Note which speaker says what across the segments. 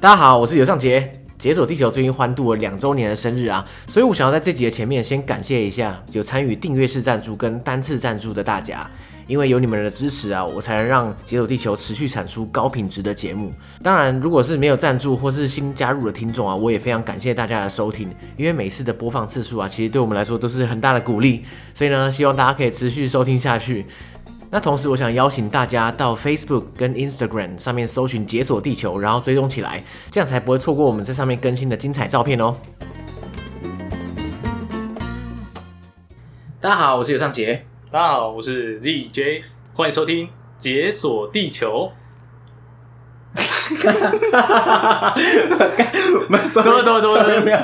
Speaker 1: 大家好，我是刘尚杰。解锁地球最近欢度了两周年的生日啊，所以我想要在这集的前面先感谢一下有参与订阅式赞助跟单次赞助的大家，因为有你们的支持啊，我才能让解锁地球持续产出高品质的节目。当然，如果是没有赞助或是新加入的听众啊，我也非常感谢大家的收听，因为每次的播放次数啊，其实对我们来说都是很大的鼓励，所以呢，希望大家可以持续收听下去。那同时，我想邀请大家到 Facebook 跟 Instagram 上面搜寻“解锁地球”，然后追踪起来，这样才不会错过我们在上面更新的精彩照片哦。大家好，我是尤尚 杰。
Speaker 2: 大家好，我是 ZJ，欢迎收听《解锁地球
Speaker 1: 怎
Speaker 2: 么怎么怎么
Speaker 1: 没有？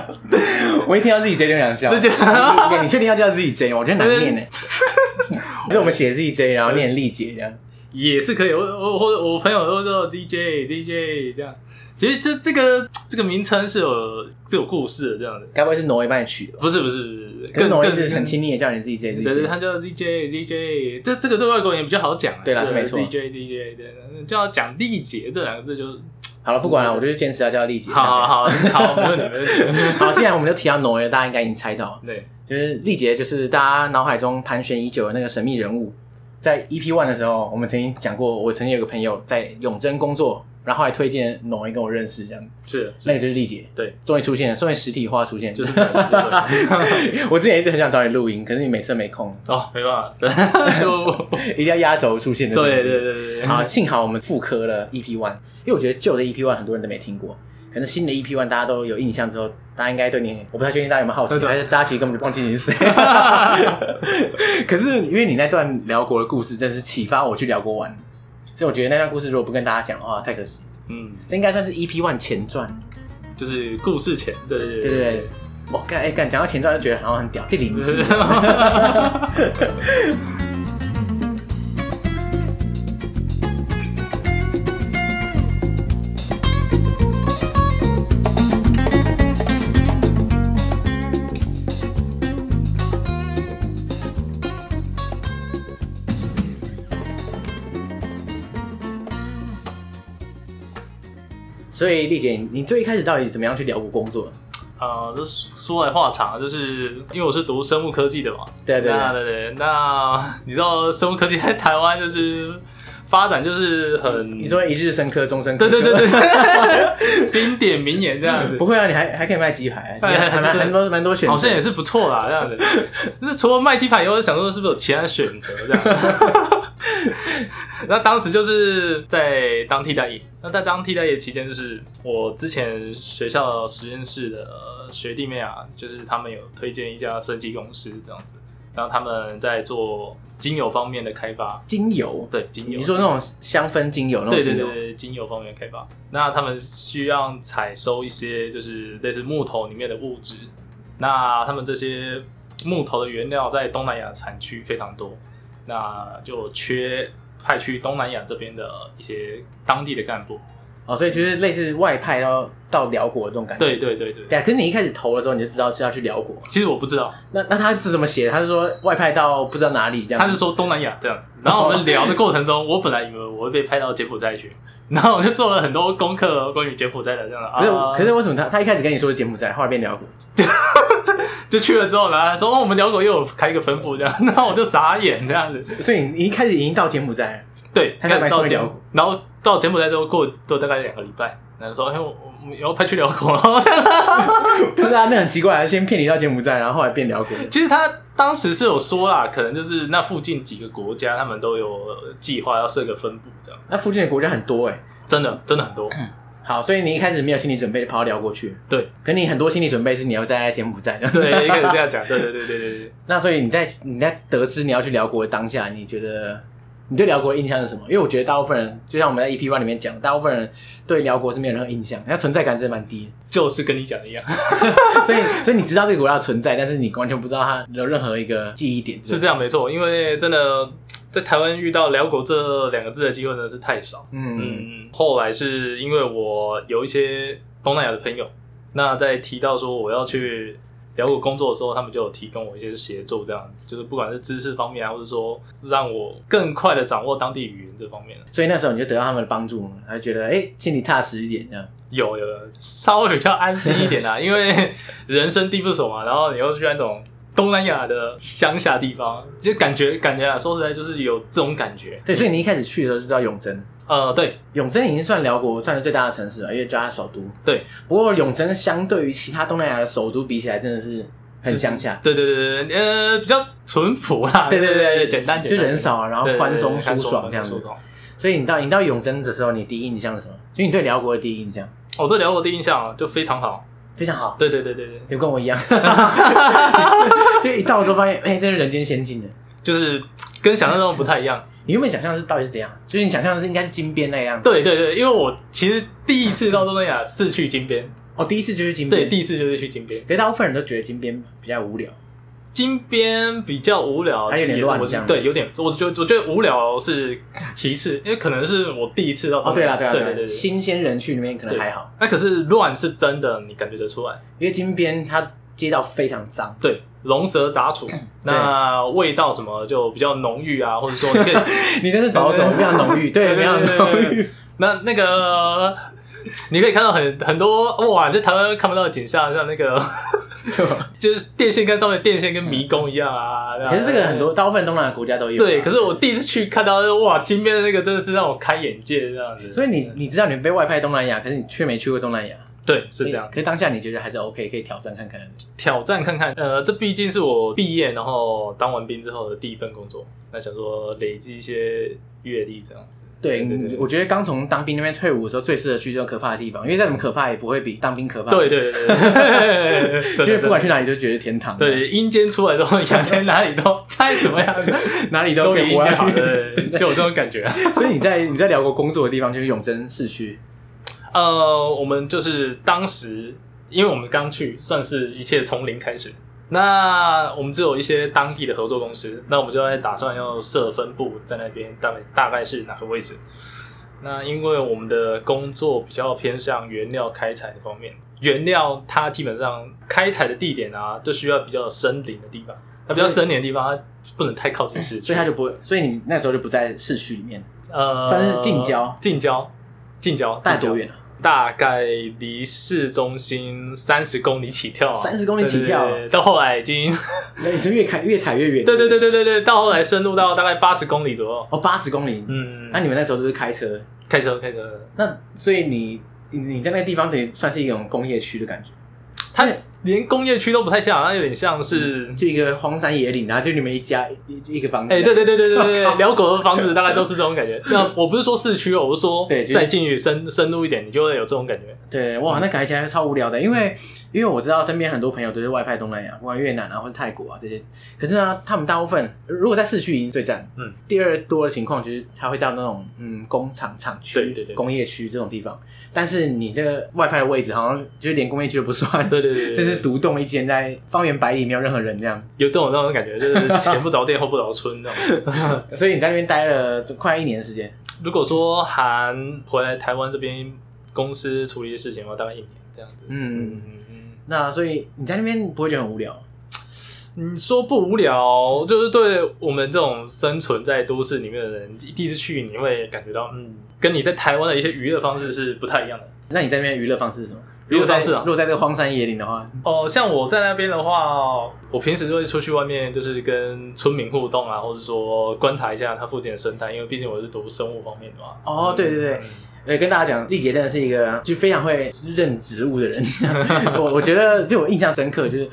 Speaker 3: 我一听到自己 J 就想笑，
Speaker 2: 就觉
Speaker 3: 得你确定要叫自己 J 吗？我觉得 难念呢。欸就是我们写自己 J，然后念力杰这样。》，
Speaker 2: 也是可以。我我我我朋友都说 DJ DJ 这样。其实这这个这个名称是有是有故事的，这样的。
Speaker 3: 该不会是挪威帮你取的吧？
Speaker 2: 不是不是不是，
Speaker 3: 可
Speaker 2: 更
Speaker 3: 是挪威一
Speaker 2: 更
Speaker 3: 直很亲昵的叫你自己 J，自
Speaker 2: 对
Speaker 3: 己
Speaker 2: 对，
Speaker 3: J。
Speaker 2: 他叫 ZJ ZJ，这这个对外国人也比较好讲啊。
Speaker 3: 对啦是没错
Speaker 2: ZJ ZJ 对，就要讲力竭这两个字就
Speaker 3: 好了，不管了，我就是坚持要叫力杰。
Speaker 2: 好好好好，没问题没问题。
Speaker 3: 好，既然我们就提到挪威，大家应该已经猜到了，
Speaker 2: 对，
Speaker 3: 就是力杰就是大家脑海中盘旋已久的那个神秘人物。在 EP One 的时候，我们曾经讲过，我曾经有个朋友在永贞工作，然后还推荐挪威跟我认识，这样，
Speaker 2: 是
Speaker 3: 那个就是力杰，
Speaker 2: 对，
Speaker 3: 终于出现了，终于实体化出现，
Speaker 2: 就
Speaker 3: 就是是
Speaker 2: 哦，
Speaker 3: 我之前一直很想找你录音，可是你每次都没 空，
Speaker 2: 没办法， 就
Speaker 3: 一定要压轴出现的。
Speaker 2: 对对对对对，
Speaker 3: 好，幸好我们复刻了 EP One，因为我觉得旧的 EP One 很多人都没听过，可能新的 EP One 大家都有印象之后，大家应该对你，我不太确定大家有没有好奇，
Speaker 2: 对对
Speaker 3: 还是大家其实根本就忘记你是谁。 可是因为你那段辽国的故事，真的是启发我去辽国玩，所以我觉得那段故事如果不跟大家讲的话，太可惜。
Speaker 2: 嗯，
Speaker 3: 这应该算是 EP One 前传，
Speaker 2: 就是故事前，对
Speaker 3: 对
Speaker 2: 对
Speaker 3: 对对。哇，干哎干，讲到前传就觉得好像很屌，第零集
Speaker 2: 对。对。
Speaker 3: 所以丽姐，你你最一开始到底怎么样去辽国工作？
Speaker 2: 呃，这说来话长，就是因为我是读生物科技的嘛，
Speaker 3: 对啊对对
Speaker 2: 那对对，那你知道生物科技在台湾就是发展就是很，
Speaker 3: 你说一日生科，终身科
Speaker 2: 对
Speaker 3: 科
Speaker 2: 对对对对， 经典名言这样子
Speaker 3: 不，会啊，你还还可以卖鸡排啊，
Speaker 2: 哎
Speaker 3: 还
Speaker 2: 还是
Speaker 3: 蛮
Speaker 2: 对
Speaker 3: 蛮多蛮多选择。
Speaker 2: 好像也是不错啦，这样子。那除了卖鸡排以后，我就想说是不是有其他选择这样？ 那当时就是在当替代役，那在当替代役期间，就是我之前学校实验室的呃学弟妹啊，就是他们有推荐一家设计公司这样子，然后他们在做精油方面的开发，
Speaker 3: 精油，
Speaker 2: 对精油，
Speaker 3: 你说那种香氛精油那种
Speaker 2: 对对
Speaker 3: 精
Speaker 2: 对
Speaker 3: 油，
Speaker 2: 对，精油方面的开发。那他们需要采收一些就是类似木头里面的物质，那他们这些木头的原料在东南亚产区非常多，那就缺派去东南亚这边的一些当地的干 部。
Speaker 3: 哦，所以就是类似外派到到辽国的这种感觉。
Speaker 2: 对对对对，
Speaker 3: 对啊，可是你一开始投的时候你就知道是要去辽国，
Speaker 2: 其实我不知道，
Speaker 3: 那那他是怎么写的？他是说外派到不知道哪里这样，
Speaker 2: 他是说东南亚这样子。然后我们聊的过程中，我本来以为我会被派到柬埔寨去。然后我就做了很多功课，关于柬埔寨的这样的
Speaker 3: 可是、
Speaker 2: 啊，
Speaker 3: 可是为什么他他一开始跟你说是柬埔寨，后来变辽国？
Speaker 2: 就去了之后呢，他说哦，我们辽国又有开一个分部这样， 然后我就傻眼这样子。
Speaker 3: 所以你一开始已经到柬埔寨了，
Speaker 2: 对，
Speaker 3: 他在
Speaker 2: 开始
Speaker 3: 白
Speaker 2: 到
Speaker 3: 色
Speaker 2: 柬
Speaker 3: 辽国，
Speaker 2: 然后到柬埔寨之后过多大概两个礼拜，然后说哎，我我们要派去辽国了。这样
Speaker 3: 不是啊？那很奇怪啊，先骗你到柬埔寨，然后后来变辽国。
Speaker 2: 其实他当时是有说啦，可能就是那附近几个国家他们都有呃计划要设个分部这样，
Speaker 3: 那附近的国家很多哎、
Speaker 2: 真的真的很多。
Speaker 3: 好，所以你一开始没有心理准备，就跑到辽国去了。
Speaker 2: 对
Speaker 3: 可你很多心理准备是你要在柬埔寨的。
Speaker 2: 对，应该是这样讲。对对对对对对。
Speaker 3: 那所以你在你在得知你要去辽国的当下，你觉得你对辽国的印象是什么？因为我觉得大部分人，就像我们在 EP One 里面讲，大部分人对辽国是没有任何印象，它存在感真的蛮 低
Speaker 2: 就是跟你讲的一样，
Speaker 3: 的。所以所以你知道这个国家的存在，但是你完全不知道它有任何一个记忆点。
Speaker 2: 是
Speaker 3: 吧
Speaker 2: 这样没错。因为真的在台湾遇到“辽国”这两个字的机会真的是太少。
Speaker 3: 嗯，
Speaker 2: 嗯，后来是因为我有一些东南亚的朋友，那在提到说我要去聊我工作的时候，他们就有提供我一些协助，这样就是不管是知识方面啊，或者说让我更快的掌握当地语言这方面，
Speaker 3: 所以那时候你就得到他们的帮助嘛，还觉得哎、心里踏实一点这样。
Speaker 2: 有有稍微比较安心一点 啦、因为人生地不熟嘛，然后你又去那种东南亚的乡下地方，就感觉感觉啊，说实在就是有这种感觉。
Speaker 3: 对，所以你一开始去的时候就知道永贞，
Speaker 2: 呃，对，
Speaker 3: 永贞已经算辽国算是最大的城市了，因为叫它首都。
Speaker 2: 对，
Speaker 3: 不过永贞相对于其他东南亚的首都比起来，真的是很乡下。
Speaker 2: 对对对对，呃，比较淳朴啦，
Speaker 3: 对对对对
Speaker 2: 简单简
Speaker 3: 就
Speaker 2: 单，
Speaker 3: 人少啊，然后
Speaker 2: 对，对对
Speaker 3: 宽松舒
Speaker 2: 宽
Speaker 3: 爽这样子
Speaker 2: 宽。松
Speaker 3: 所以你到你到永贞的时候，你第一印象是什么？所以你对辽国的第一印象
Speaker 2: 我对辽国第一印象啊就非常好，
Speaker 3: 非常好，
Speaker 2: 对对对对对，
Speaker 3: 就跟我一 样， 就一到的时候发现，哎、真是人间仙境的。
Speaker 2: 就是跟想象中不太 一样。
Speaker 3: 你原本想象是到底是怎样？就是你想象的是应该是金边那样。
Speaker 2: 对对对，因为我其实第一次到东南亚是去金边，
Speaker 3: 哦，第一次就是金边。
Speaker 2: 对，第一次就是去金边。
Speaker 3: 可是大部分人都觉得金边比较无聊，
Speaker 2: 金边比较无聊，
Speaker 3: 还有
Speaker 2: 其实
Speaker 3: 点
Speaker 2: 也是
Speaker 3: 乱
Speaker 2: 我
Speaker 3: 这样
Speaker 2: 对，有点，我觉得我觉得无聊是其次，因为可能是我第一次到
Speaker 3: 哦，
Speaker 2: 东
Speaker 3: 对
Speaker 2: 南亚。
Speaker 3: 啦，对啦，
Speaker 2: 对
Speaker 3: 啦
Speaker 2: 对对。
Speaker 3: 新鲜人去那边可能还好，
Speaker 2: 那可是乱是真的，你感觉得出来。
Speaker 3: 因为金边它街道非常脏，
Speaker 2: 对，龙蛇杂处，那味道什么就比较浓郁啊，或者 说你可以，
Speaker 3: 你真是保守，
Speaker 2: 对对对
Speaker 3: 非常浓郁，对，
Speaker 2: 对
Speaker 3: 非常
Speaker 2: 对
Speaker 3: 浓
Speaker 2: 对
Speaker 3: 郁
Speaker 2: 对。那那个你可以看到很很多哇，在台湾看不到的景象，像那个
Speaker 3: 是吧
Speaker 2: 就是电线杆上面电线跟迷宫一样啊。
Speaker 3: 可是这个很多大部分东南亚国家都有啊，
Speaker 2: 对，可是我第一次去看到哇，金边的那个真的是让我开眼界这样子。
Speaker 3: 所以你你知道你被外派东南亚，可是你却没去过东南亚，
Speaker 2: 对是这样
Speaker 3: 可是当下你觉得还是 OK，可以挑战看看。
Speaker 2: 挑战看看，呃，这毕竟是我毕业然后当完兵之后的第一份工作，那想说累积一些阅历这样子。
Speaker 3: 对，嗯
Speaker 2: 对对对
Speaker 3: 我觉得刚从当兵那边退伍的时候，最适合去这种可怕的地方，因为再怎么可怕也不会比当兵可怕。
Speaker 2: 对，对对对，对
Speaker 3: 就
Speaker 2: 真
Speaker 3: 是
Speaker 2: 的
Speaker 3: 不管去哪里都觉得天堂。，
Speaker 2: 对阴间出来之后，阳间哪里都再怎么样
Speaker 3: 哪 里
Speaker 2: 都
Speaker 3: 可以
Speaker 2: 比阴
Speaker 3: 活
Speaker 2: 间
Speaker 3: 下
Speaker 2: 好
Speaker 3: 去。
Speaker 2: 对对对就有这种感觉啊。
Speaker 3: 所以你在你在辽国工作的地方就是永贞市区，
Speaker 2: 呃，我们就是当时，因为我们刚去，算是一切从零开始。那我们只有一些当地的合作公司，那我们就在打算要设分部在那边，大概大概是哪个位置？那因为我们的工作比较偏向原料开采的方面，原料它基本上开采的地点啊，就需要比较森林的地方，那比较森林的地方，它不能太靠近市区，
Speaker 3: 所以他就不会，所以你那时候就不在市区里面，
Speaker 2: 呃
Speaker 3: 算是近郊
Speaker 2: 近郊，近郊，
Speaker 3: 大概
Speaker 2: 近郊
Speaker 3: 多 远啊？
Speaker 2: 大概离市中心三十公里起跳、啊，
Speaker 3: 30公里起跳
Speaker 2: 对对对到后来已经，
Speaker 3: 那你是越开越踩越远。
Speaker 2: 对对对对对对，到后来深入到大概八十公里左右。
Speaker 3: 哦，八十公里。
Speaker 2: 嗯，
Speaker 3: 那你们那时候就是开车，
Speaker 2: 开车开车，
Speaker 3: 那所以你你你在那个地方等于算是一种工业区的感觉，
Speaker 2: 它连工业区都不太像，它有点像是，
Speaker 3: 就一个荒山野岭，然后就你们一家一一个房子。
Speaker 2: 哎、对对对对对 对
Speaker 3: 我
Speaker 2: 对，
Speaker 3: 靠
Speaker 2: 辽国的房子大概都是这种 感觉。那我不是说市区哦，我是说
Speaker 3: 对就是
Speaker 2: 再进去深深入一点，你就会有这种感觉。
Speaker 3: 对，
Speaker 2: 嗯
Speaker 3: 哇，那感觉起来超无聊的，因为因为我知道身边很多朋友都是外派东南亚，不管越南啊或者泰国啊这些，可是呢，他们大部分如果在市区已经最赞，
Speaker 2: 嗯，
Speaker 3: 第二多的情况就是他会到那种嗯工厂厂区、
Speaker 2: 对对对
Speaker 3: 工业区这种地方，但是你这个外派的位置好像就是连工业区都不算，
Speaker 2: 对对对对
Speaker 3: 这
Speaker 2: 对
Speaker 3: 是独栋一间在方圆百里没有任何人这样，
Speaker 2: 有这种那种感觉，就是前不着店后不着村那种。
Speaker 3: 所以你在那边待了快一年的时间，
Speaker 2: 如果说含回来台湾这边公司处理的事情的话，大概一年这样子。
Speaker 3: 嗯
Speaker 2: 嗯嗯嗯。
Speaker 3: 那所以你在那边不会觉得很无聊？
Speaker 2: 你说不无聊，就是对我们这种生存在都市里面的人，第一次去你会感觉到，嗯，跟你在台湾的一些娱乐方式是不太一样的。
Speaker 3: 那你在那边娱乐方式是什么？
Speaker 2: 娱乐方式啊
Speaker 3: 如果在如果在这个荒山野岭的话，
Speaker 2: 哦，像我在那边的话，我平时就会出去外面，就是跟村民互动啊，或者说观察一下它附近的生态，因为毕竟我是读生物方面的嘛。
Speaker 3: 哦对对对
Speaker 2: 嗯
Speaker 3: 呃，跟大家讲，丽姐真的是一个就非常会认植物的人。 我我觉得就我印象深刻，就是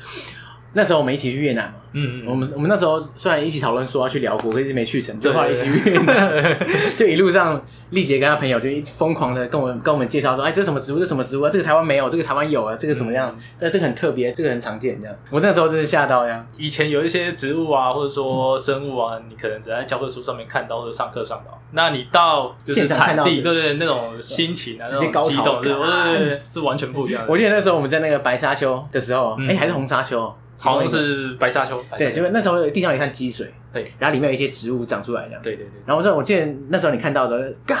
Speaker 3: 那时候我们一起去越南嘛，
Speaker 2: 嗯嗯，
Speaker 3: 我们我们那时候虽然一起讨论说要去辽国，可是一直没去成，
Speaker 2: 对
Speaker 3: 就后来一起去越南， 就一路上丽姐跟她朋友就一直疯狂的跟我们跟我们介绍说，哎，这是什么植物，这是什么植物啊，这个台湾没有，这个台湾有啊，这个怎么
Speaker 2: 嗯
Speaker 3: 样？那、这个很特别，这个很常见这样。我那时候真是吓到呀，
Speaker 2: 以前有一些植物啊，或者说生物啊，你可能只在教科书上面看到，或者上课上到。那你到就是
Speaker 3: 现场看
Speaker 2: 产
Speaker 3: 到
Speaker 2: 地，
Speaker 3: 的
Speaker 2: 对对，对那种心情啊，
Speaker 3: 直
Speaker 2: 那
Speaker 3: 接
Speaker 2: 种
Speaker 3: 高潮
Speaker 2: 激动，对对
Speaker 3: 干
Speaker 2: 对对，对是完全不一样的。
Speaker 3: 我记得那时候我们在那个白沙丘的时候，哎、
Speaker 2: 嗯
Speaker 3: 还是红沙丘，其中一
Speaker 2: 好
Speaker 3: 个
Speaker 2: 像是白沙丘，白沙
Speaker 3: 对，
Speaker 2: 丘
Speaker 3: 就是那时候地上有一滩积水，
Speaker 2: 对，
Speaker 3: 然后里面有一些植物长出来这样。
Speaker 2: 对对对，
Speaker 3: 然后我说，我记得那时候你看到的时候，干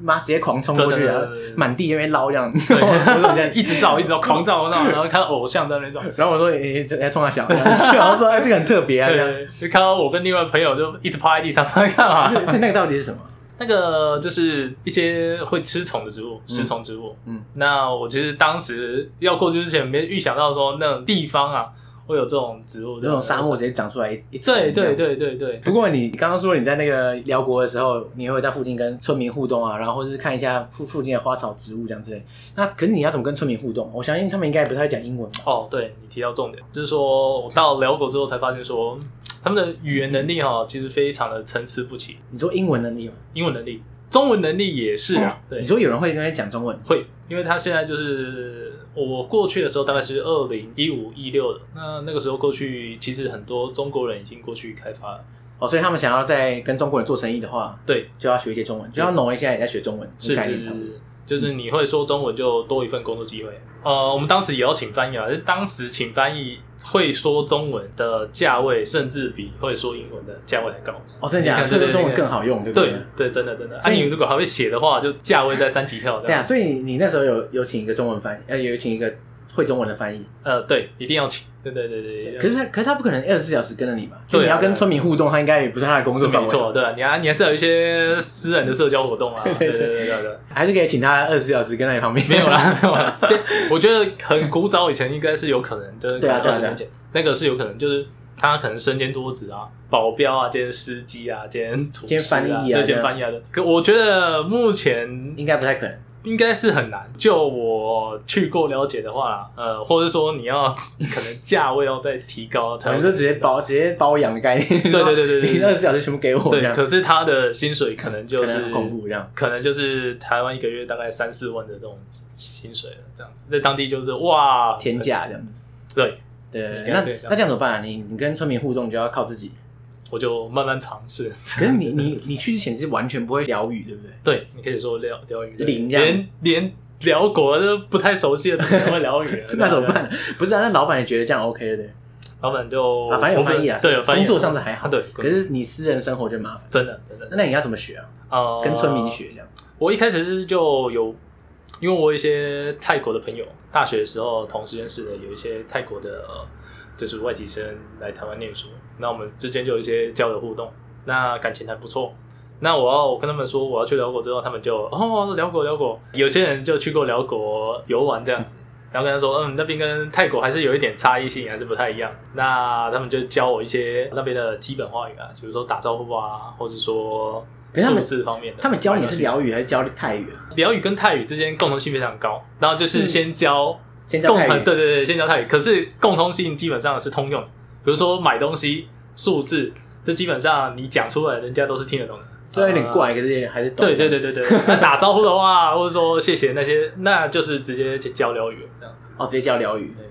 Speaker 3: 妈直接狂冲过去
Speaker 2: 真的
Speaker 3: 啊
Speaker 2: 真的真，的
Speaker 3: 满地那边捞这样。然后我说你在
Speaker 2: 一直照一直照狂照，然后然后看到偶像在那种，
Speaker 3: 然后我说你在冲他小， 然后说哎这个很特别啊，这样。
Speaker 2: 对，就看到我跟另外朋友就一直趴在地上， 趴在干嘛？
Speaker 3: 这这那个到底是什么？
Speaker 2: 那个就是一些会吃虫的植物，食虫植物。
Speaker 3: 嗯，
Speaker 2: 那我其实当时要过去之前，没预想到说那种地方啊会有这种植物，
Speaker 3: 那种沙漠。直接长出来一一丛这
Speaker 2: 对对
Speaker 3: 样。
Speaker 2: 对对对，
Speaker 3: 不过你刚刚说你在那个辽国的时候，你也会在附近跟村民互动啊，然后或者是看一下附附近的花草植物这样之类。那可是你要怎么跟村民互动？我相信他们应该不太会讲英文吧？
Speaker 2: 哦，对你提到重点，就是说我到辽国之后才发现说，嗯他们的语言能力哈、其实非常的参差不齐，
Speaker 3: 你说英文能力吗？
Speaker 2: 英文能力、中文能力也是啊，对
Speaker 3: 哦你，说有人会跟他讲中文？
Speaker 2: 会，因为他现在就是我过去的时候大概是二零一五一六的，那那个时候过去其实很多中国人已经过去开发了，
Speaker 3: 哦，所以他们想要在跟中国人做生意的话，
Speaker 2: 对，
Speaker 3: 就要学一些中文，就像挪威现在也在学中文，
Speaker 2: 是
Speaker 3: 概
Speaker 2: 就
Speaker 3: 念他嗯们。
Speaker 2: 是就是你会说中文就多一份工作机会。呃，我们当时也要请翻译啊，但是当时请翻译会说中文的价位，甚至比会说英文的价位还高。
Speaker 3: 哦，真的假的？
Speaker 2: 你看
Speaker 3: 所以
Speaker 2: 对
Speaker 3: 说
Speaker 2: 对
Speaker 3: 中文
Speaker 2: 对
Speaker 3: 更好用，对不
Speaker 2: 对对，真的真的。啊，
Speaker 3: 所以
Speaker 2: 你如果还会写的话，就价位在三 级跳
Speaker 3: 对
Speaker 2: 的
Speaker 3: 啊，。所以你那时候有有请一个中文翻译，呃，有请一个会中文的翻译，
Speaker 2: 呃，对，一定要请。对对对对。
Speaker 3: 可是他可是他不可能二十四小时跟着你吧？就
Speaker 2: 对啊
Speaker 3: 你要跟村民互动，他应该也不是他的工
Speaker 2: 是
Speaker 3: 作范
Speaker 2: 没
Speaker 3: 围。
Speaker 2: 错，对啊，你还你还是有一些私人的社交活动啊，对
Speaker 3: 对
Speaker 2: 对
Speaker 3: 对
Speaker 2: 对对对对，
Speaker 3: 还是可以请他二十四小时跟在你旁边。
Speaker 2: 没有，啦，没有啦。现我觉得很古早以前应该是有可能，就是
Speaker 3: 对啊对
Speaker 2: 二
Speaker 3: 啊
Speaker 2: 十
Speaker 3: 对啊
Speaker 2: 年前那个是有可能，就是他可能身兼多职啊，保镖啊，兼司机啊，兼厨
Speaker 3: 兼
Speaker 2: 师
Speaker 3: 翻译啊
Speaker 2: 啊，
Speaker 3: 这样
Speaker 2: 对，兼翻译啊的。可我觉得目前
Speaker 3: 应该不太可能。
Speaker 2: 应该是很难，就我去过了解的话，呃，或者说你要可能价位要再提高
Speaker 3: 我
Speaker 2: 才
Speaker 3: 们哦
Speaker 2: 有，
Speaker 3: 说直接包直接包养的概念。对
Speaker 2: 对对对对
Speaker 3: 你二十四小时全部给我这
Speaker 2: 对，
Speaker 3: 样，
Speaker 2: 可是他的薪水可能就
Speaker 3: 可
Speaker 2: 是
Speaker 3: 能很恐怖这样。
Speaker 2: 可能就是台湾一个月大概三四万的这种薪水了，这样子，在当地就是哇
Speaker 3: 天价这样。
Speaker 2: 对，
Speaker 3: 对，
Speaker 2: 应该
Speaker 3: 那
Speaker 2: 这样
Speaker 3: 那这样怎么办啊？你你跟村民互动就要靠自 己。
Speaker 2: 我就慢慢尝试。
Speaker 3: 可是你你你去之前是完全不会聊语，对不对？
Speaker 2: 对，你可以说聊聊语，
Speaker 3: 零这样？
Speaker 2: 连连辽国都不太熟悉的， 怎么会聊语
Speaker 3: 那怎么？办？不是啊，那老板也觉得这样 OK 的，对
Speaker 2: 老板就
Speaker 3: 啊，反正有翻译啊，
Speaker 2: 对，有翻译
Speaker 3: 工作上是还好，
Speaker 2: 啊对
Speaker 3: 可是你私人生活就麻烦。
Speaker 2: 真的真的
Speaker 3: 那你要怎么学啊？
Speaker 2: 呃，
Speaker 3: 跟村民。学这样？
Speaker 2: 我一开始是就有，因为我有一些泰国的朋友，大学的时候同实验室的有一些泰国的，呃就是外籍生来台湾念书，那我们之间就有一些交流互动，那感情还不错。那我要我跟他们说我要去辽国之后，他们就哦辽国辽国，有些人就去过辽国游玩这样子。然后跟他说，嗯，那边跟泰国还是有一点差异性，还是不太一样。那他们就教我一些那边的基本话语啊，比如说打招呼啊，或者说
Speaker 3: 可是他们
Speaker 2: 数字方面的。
Speaker 3: 他们教你是聊语还是教泰语啊？
Speaker 2: 辽语跟泰语之间共同性非常高，然后就是先教
Speaker 3: 先教
Speaker 2: 共
Speaker 3: 泰语
Speaker 2: 同，，对对对，先教泰语，可是共通性基本上是通用的，比如说买东西、数字，这基本上你讲出来，人家都是听得懂的，
Speaker 3: 虽然有点
Speaker 2: 呃。
Speaker 3: 怪，可是也还是懂。
Speaker 2: 对对。对对对， 那打招呼的话，或者说谢谢那些，那就是直接交流语这样。
Speaker 3: 哦，直接教聊语
Speaker 2: 对。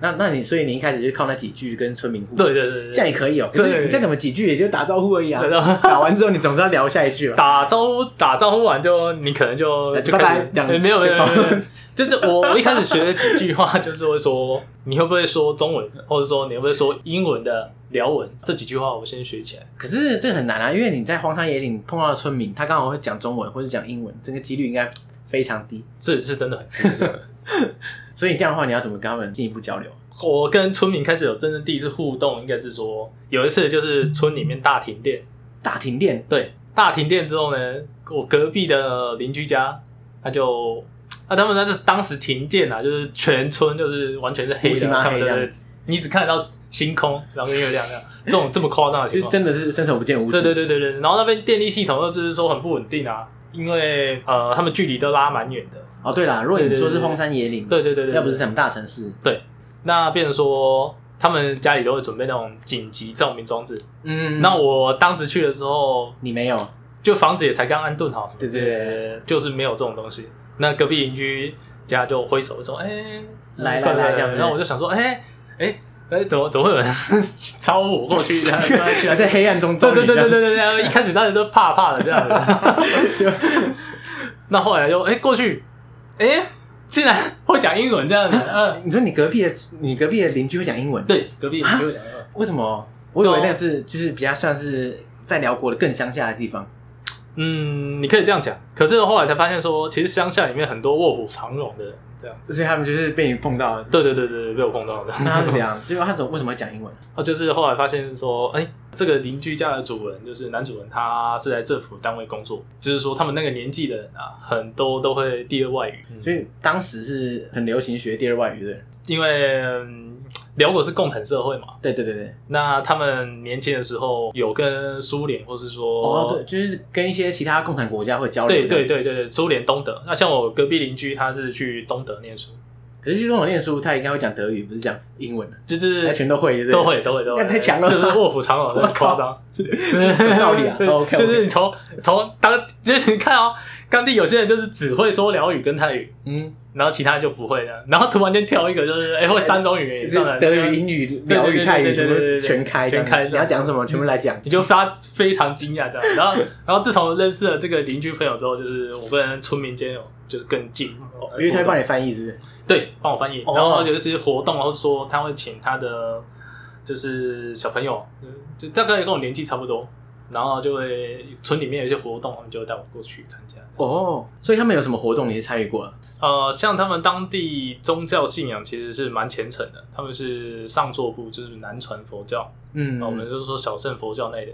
Speaker 3: 那那你所以你一开始就靠那几句跟村民互动，
Speaker 2: 对对对
Speaker 3: 这样
Speaker 2: 对，
Speaker 3: 也可以哦。可是
Speaker 2: 对
Speaker 3: 你再怎么几句也就打招呼而已啊
Speaker 2: 对。对
Speaker 3: 打完之后你总是要聊下一句吧。
Speaker 2: 打招呼打招呼完就你可能就
Speaker 3: 那就
Speaker 2: 就开始
Speaker 3: 哎拜拜这样子
Speaker 2: 呃没有没有没
Speaker 3: 就
Speaker 2: 有，没有就是我我一开始学的几句话就是会说你会不会说中文，或者说你会不会说英文的辽文这几句话我先学起来。
Speaker 3: 可是这很难啊，因为你在荒山野岭碰到的村民，他刚好会讲中文或者讲英文，这个几率应该非常低。
Speaker 2: 这是真的很。
Speaker 3: 所以这样的话，你要怎么跟他们进一步交流？
Speaker 2: 我跟村民开始有真正第一次互动，应该是说有一次就是村里面大停电，
Speaker 3: 大停电，
Speaker 2: 对，大停电之后呢，我隔壁的邻居家他就。啊，他们那是当时停电啊，就是全村就是完全是黑
Speaker 3: 乌漆
Speaker 2: 的，啊
Speaker 3: 嘛啊黑
Speaker 2: 他们
Speaker 3: 这样
Speaker 2: 的你只看得到星空，然后跟月亮那样，这种这么夸张的情
Speaker 3: 就是
Speaker 2: 况，
Speaker 3: 真的是伸手不见五指。
Speaker 2: 对对对对对。然后那边电力系统又就是说很不稳定啊，因为呃他们距离都拉蛮远的，
Speaker 3: 哦，对啦，如果你
Speaker 2: 对对
Speaker 3: 说是
Speaker 2: 对对
Speaker 3: 荒山野岭，
Speaker 2: 对对对对，对
Speaker 3: 要不是什么大城市，
Speaker 2: 那变成说他们家里都会准备那种紧急照明装置。
Speaker 3: 嗯，
Speaker 2: 那我当时去的时候，
Speaker 3: 你没有，
Speaker 2: 就房子也才刚安顿好，
Speaker 3: 对对对，
Speaker 2: 就是没有这种东西。那隔壁邻居家就挥手说：“哎、
Speaker 3: 来
Speaker 2: 快
Speaker 3: 来来
Speaker 2: 来
Speaker 3: 这样子
Speaker 2: 然后我就想说：“哎、哎哎、怎么怎么会有人招我过去？”这样这样这
Speaker 3: 还
Speaker 2: 样
Speaker 3: 在黑暗中
Speaker 2: 对
Speaker 3: 照
Speaker 2: 对
Speaker 3: 你
Speaker 2: 对
Speaker 3: 这样，
Speaker 2: 对对对，对，一开始当时就怕怕的这样子，那后来就哎、过去，哎、竟然会讲英文这样子，嗯，
Speaker 3: 你说你隔壁的你隔壁的邻居会讲英文，
Speaker 2: 对，隔壁邻居会讲英文，
Speaker 3: 为什么？我以
Speaker 2: 啊
Speaker 3: 为那个是就是比较像是在辽国的更乡下的地方，
Speaker 2: 嗯，你可以这样讲。可是后来才发现说，其实乡下里面很多卧虎藏龙的人，这样。
Speaker 3: 所以他们就是被你碰到了。
Speaker 2: 对对对对，对被我碰到的。
Speaker 3: 那他是怎样？就是他怎么为什么会讲英文？
Speaker 2: 啊，就是后来发现说，哎、这个邻居家的主人，就是男主人，他是在政府单位工作，就是说他们那个年纪的人啊，很多都会第二外语，嗯
Speaker 3: 所以当时是很流行学第二外语的人。
Speaker 2: 因为嗯辽国是共产社会嘛，
Speaker 3: 对对对对，
Speaker 2: 那他们年轻的时候有跟苏联，或是说、
Speaker 3: 哦对，就是跟一些其他共产国家会交流。
Speaker 2: 对对。对对对，苏联东德。那像我隔壁邻居，他是去东德念书，
Speaker 3: 可是去中国念书，他应该会讲德语，不是讲英文的，啊
Speaker 2: 就是
Speaker 3: 他全都会，对不对？
Speaker 2: 都会都会都会，
Speaker 3: 那太强了
Speaker 2: 就是卧虎藏龙，很 夸张，
Speaker 3: 有道 理啊 OK，OK
Speaker 2: 就是你从从当就是你看哦，当地有些人就是只会说辽语跟泰语，
Speaker 3: 嗯，
Speaker 2: 然后其他就不会的，然后突然间挑一个就是哎会三种语言以上的
Speaker 3: 德语、英语、辽语、泰语全部
Speaker 2: 对对对对对对
Speaker 3: 全开，
Speaker 2: 全开
Speaker 3: 你要讲什么全部来 讲。
Speaker 2: 你就发非常惊讶这样。然后，然后自从认识了这个邻居朋友之后，就是我跟村民间有就是更近，
Speaker 3: 哦因为他会帮
Speaker 2: 你
Speaker 3: 你翻译，是不是？
Speaker 2: 对帮我翻译，
Speaker 3: 哦
Speaker 2: 然后就是活动，然后说他会请他的就是小朋友，就就大概跟我年纪差不多，然后就会村里面有一些活动，他们就会带我过去参加。
Speaker 3: 哦，所以他们有什么活动你是参与过的？
Speaker 2: 呃，像他们当地宗教信仰其实是蛮虔诚的，他们是上座部，就是南传佛教，
Speaker 3: 嗯
Speaker 2: 哦那我们就是说小圣佛教类的，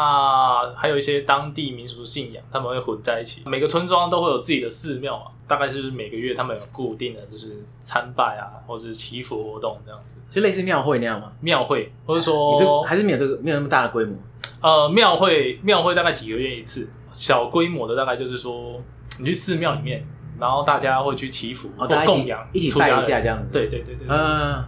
Speaker 2: 那还有一些当地民俗信仰，他们会混在一起。每个村庄都会有自己的寺庙嘛，大概是每个月他们有固定的就是参拜啊，或者是祈福活动这样子，
Speaker 3: 就类似庙会那样吗？
Speaker 2: 庙会或者
Speaker 3: 你这个
Speaker 2: 说
Speaker 3: 还是没有这个没有那么大的规模。
Speaker 2: 呃庙会，庙会大概几个月一次，小规模的大概就是说你去寺庙里面，然后大家会去祈福
Speaker 3: 哦，
Speaker 2: 或
Speaker 3: 大家一
Speaker 2: 供
Speaker 3: 起
Speaker 2: 养，
Speaker 3: 一起
Speaker 2: 出家
Speaker 3: 拜一
Speaker 2: 人
Speaker 3: 下这样子。，
Speaker 2: 对对对对，对
Speaker 3: 嗯，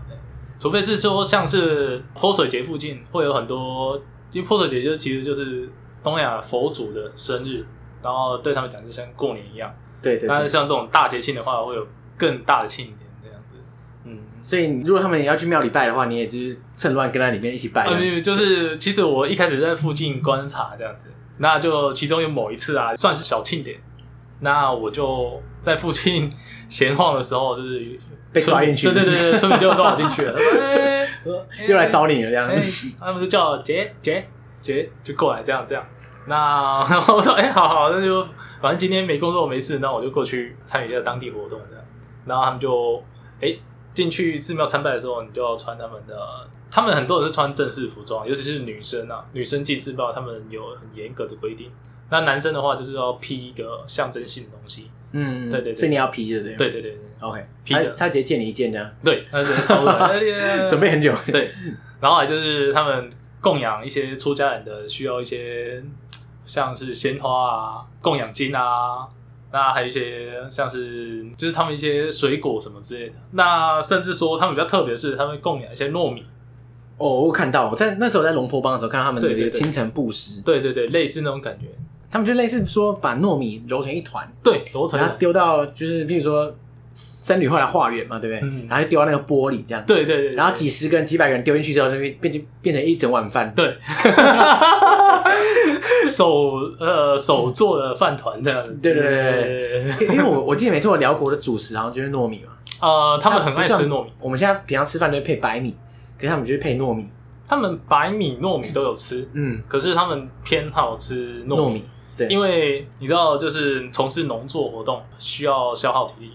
Speaker 2: 除非是说像是泼水节附近会有很多，因为泼水节就其实就是东南亚佛祖的生日，然后对他们讲就像过年一样。
Speaker 3: 对对
Speaker 2: 但
Speaker 3: 对
Speaker 2: 是。像这种大节庆的话，会有更大的庆典这样子。嗯，
Speaker 3: 所以你如果他们也要去庙里拜的话，你也就是趁乱跟在里面一起拜。
Speaker 2: 啊，没有就是其实我一开始在附近观察这样子，那就其中有某一次啊，算是小庆典，那我就在附近闲晃的时候，就是
Speaker 3: 被抓进去
Speaker 2: 村民对对对对，村民就抓我进去 了，哎
Speaker 3: 又来找你了这样 嗯
Speaker 2: 哎、。他们就叫我姐姐姐就过来这样这样。那 然后我说，哎、好好，那就反正今天没工作没事，那我就过去参与一下当地活动这样。然后他们就，哎、进去寺庙参拜的时候，你就要穿他们的，他们很多人是穿正式服装，尤其是女生啊，女生进寺庙他们有很严格的规定。那男生的话就是要披一个象征性的东西，
Speaker 3: 嗯，
Speaker 2: 对对对
Speaker 3: 所以你要皮对不对？
Speaker 2: 对对对对
Speaker 3: OK，
Speaker 2: 披
Speaker 3: 他
Speaker 2: 着
Speaker 3: 他直接借你一件这样，
Speaker 2: 对，那是 差不多哎呀
Speaker 3: 准备很久。
Speaker 2: 对，然后还就是他们供养一些出家人的，需要一些像是鲜花啊、供养金啊，那还有一些像是就是他们一些水果什么之类的。那甚至说他们比较特别的是，他们供养一些糯米，
Speaker 3: 哦，我有看到我在那时候在龙坡帮的时候，看到他们有
Speaker 2: 对
Speaker 3: 一
Speaker 2: 对
Speaker 3: 个
Speaker 2: 对
Speaker 3: 清晨布施，
Speaker 2: 对对对，类似那种感觉。
Speaker 3: 他们就类似说把糯米揉成一团，
Speaker 2: 对，罗成
Speaker 3: 然后丢到就是譬如说僧侣后来化缘嘛，对不对？
Speaker 2: 嗯
Speaker 3: 然后就丢到那个玻璃这样，
Speaker 2: 对对对对，
Speaker 3: 然后几十个人、几百个人丢进去之后，那边变成变成一整碗饭。
Speaker 2: 对。手呃手做的饭团这样子，
Speaker 3: 对对对对
Speaker 2: 对对，
Speaker 3: 因为我我记得没错，辽国的主食好像就是糯米嘛，
Speaker 2: 呃，他们很爱
Speaker 3: 不像
Speaker 2: 吃糯米，
Speaker 3: 我们现在平常吃饭都会配白米，可是他们就是配糯米，
Speaker 2: 他们白米、糯米都有吃，
Speaker 3: 嗯，
Speaker 2: 可是他们偏好吃糯米，
Speaker 3: 糯米，对，
Speaker 2: 因
Speaker 3: 为
Speaker 2: 为你知道，就是从事农作活动需要消耗体力。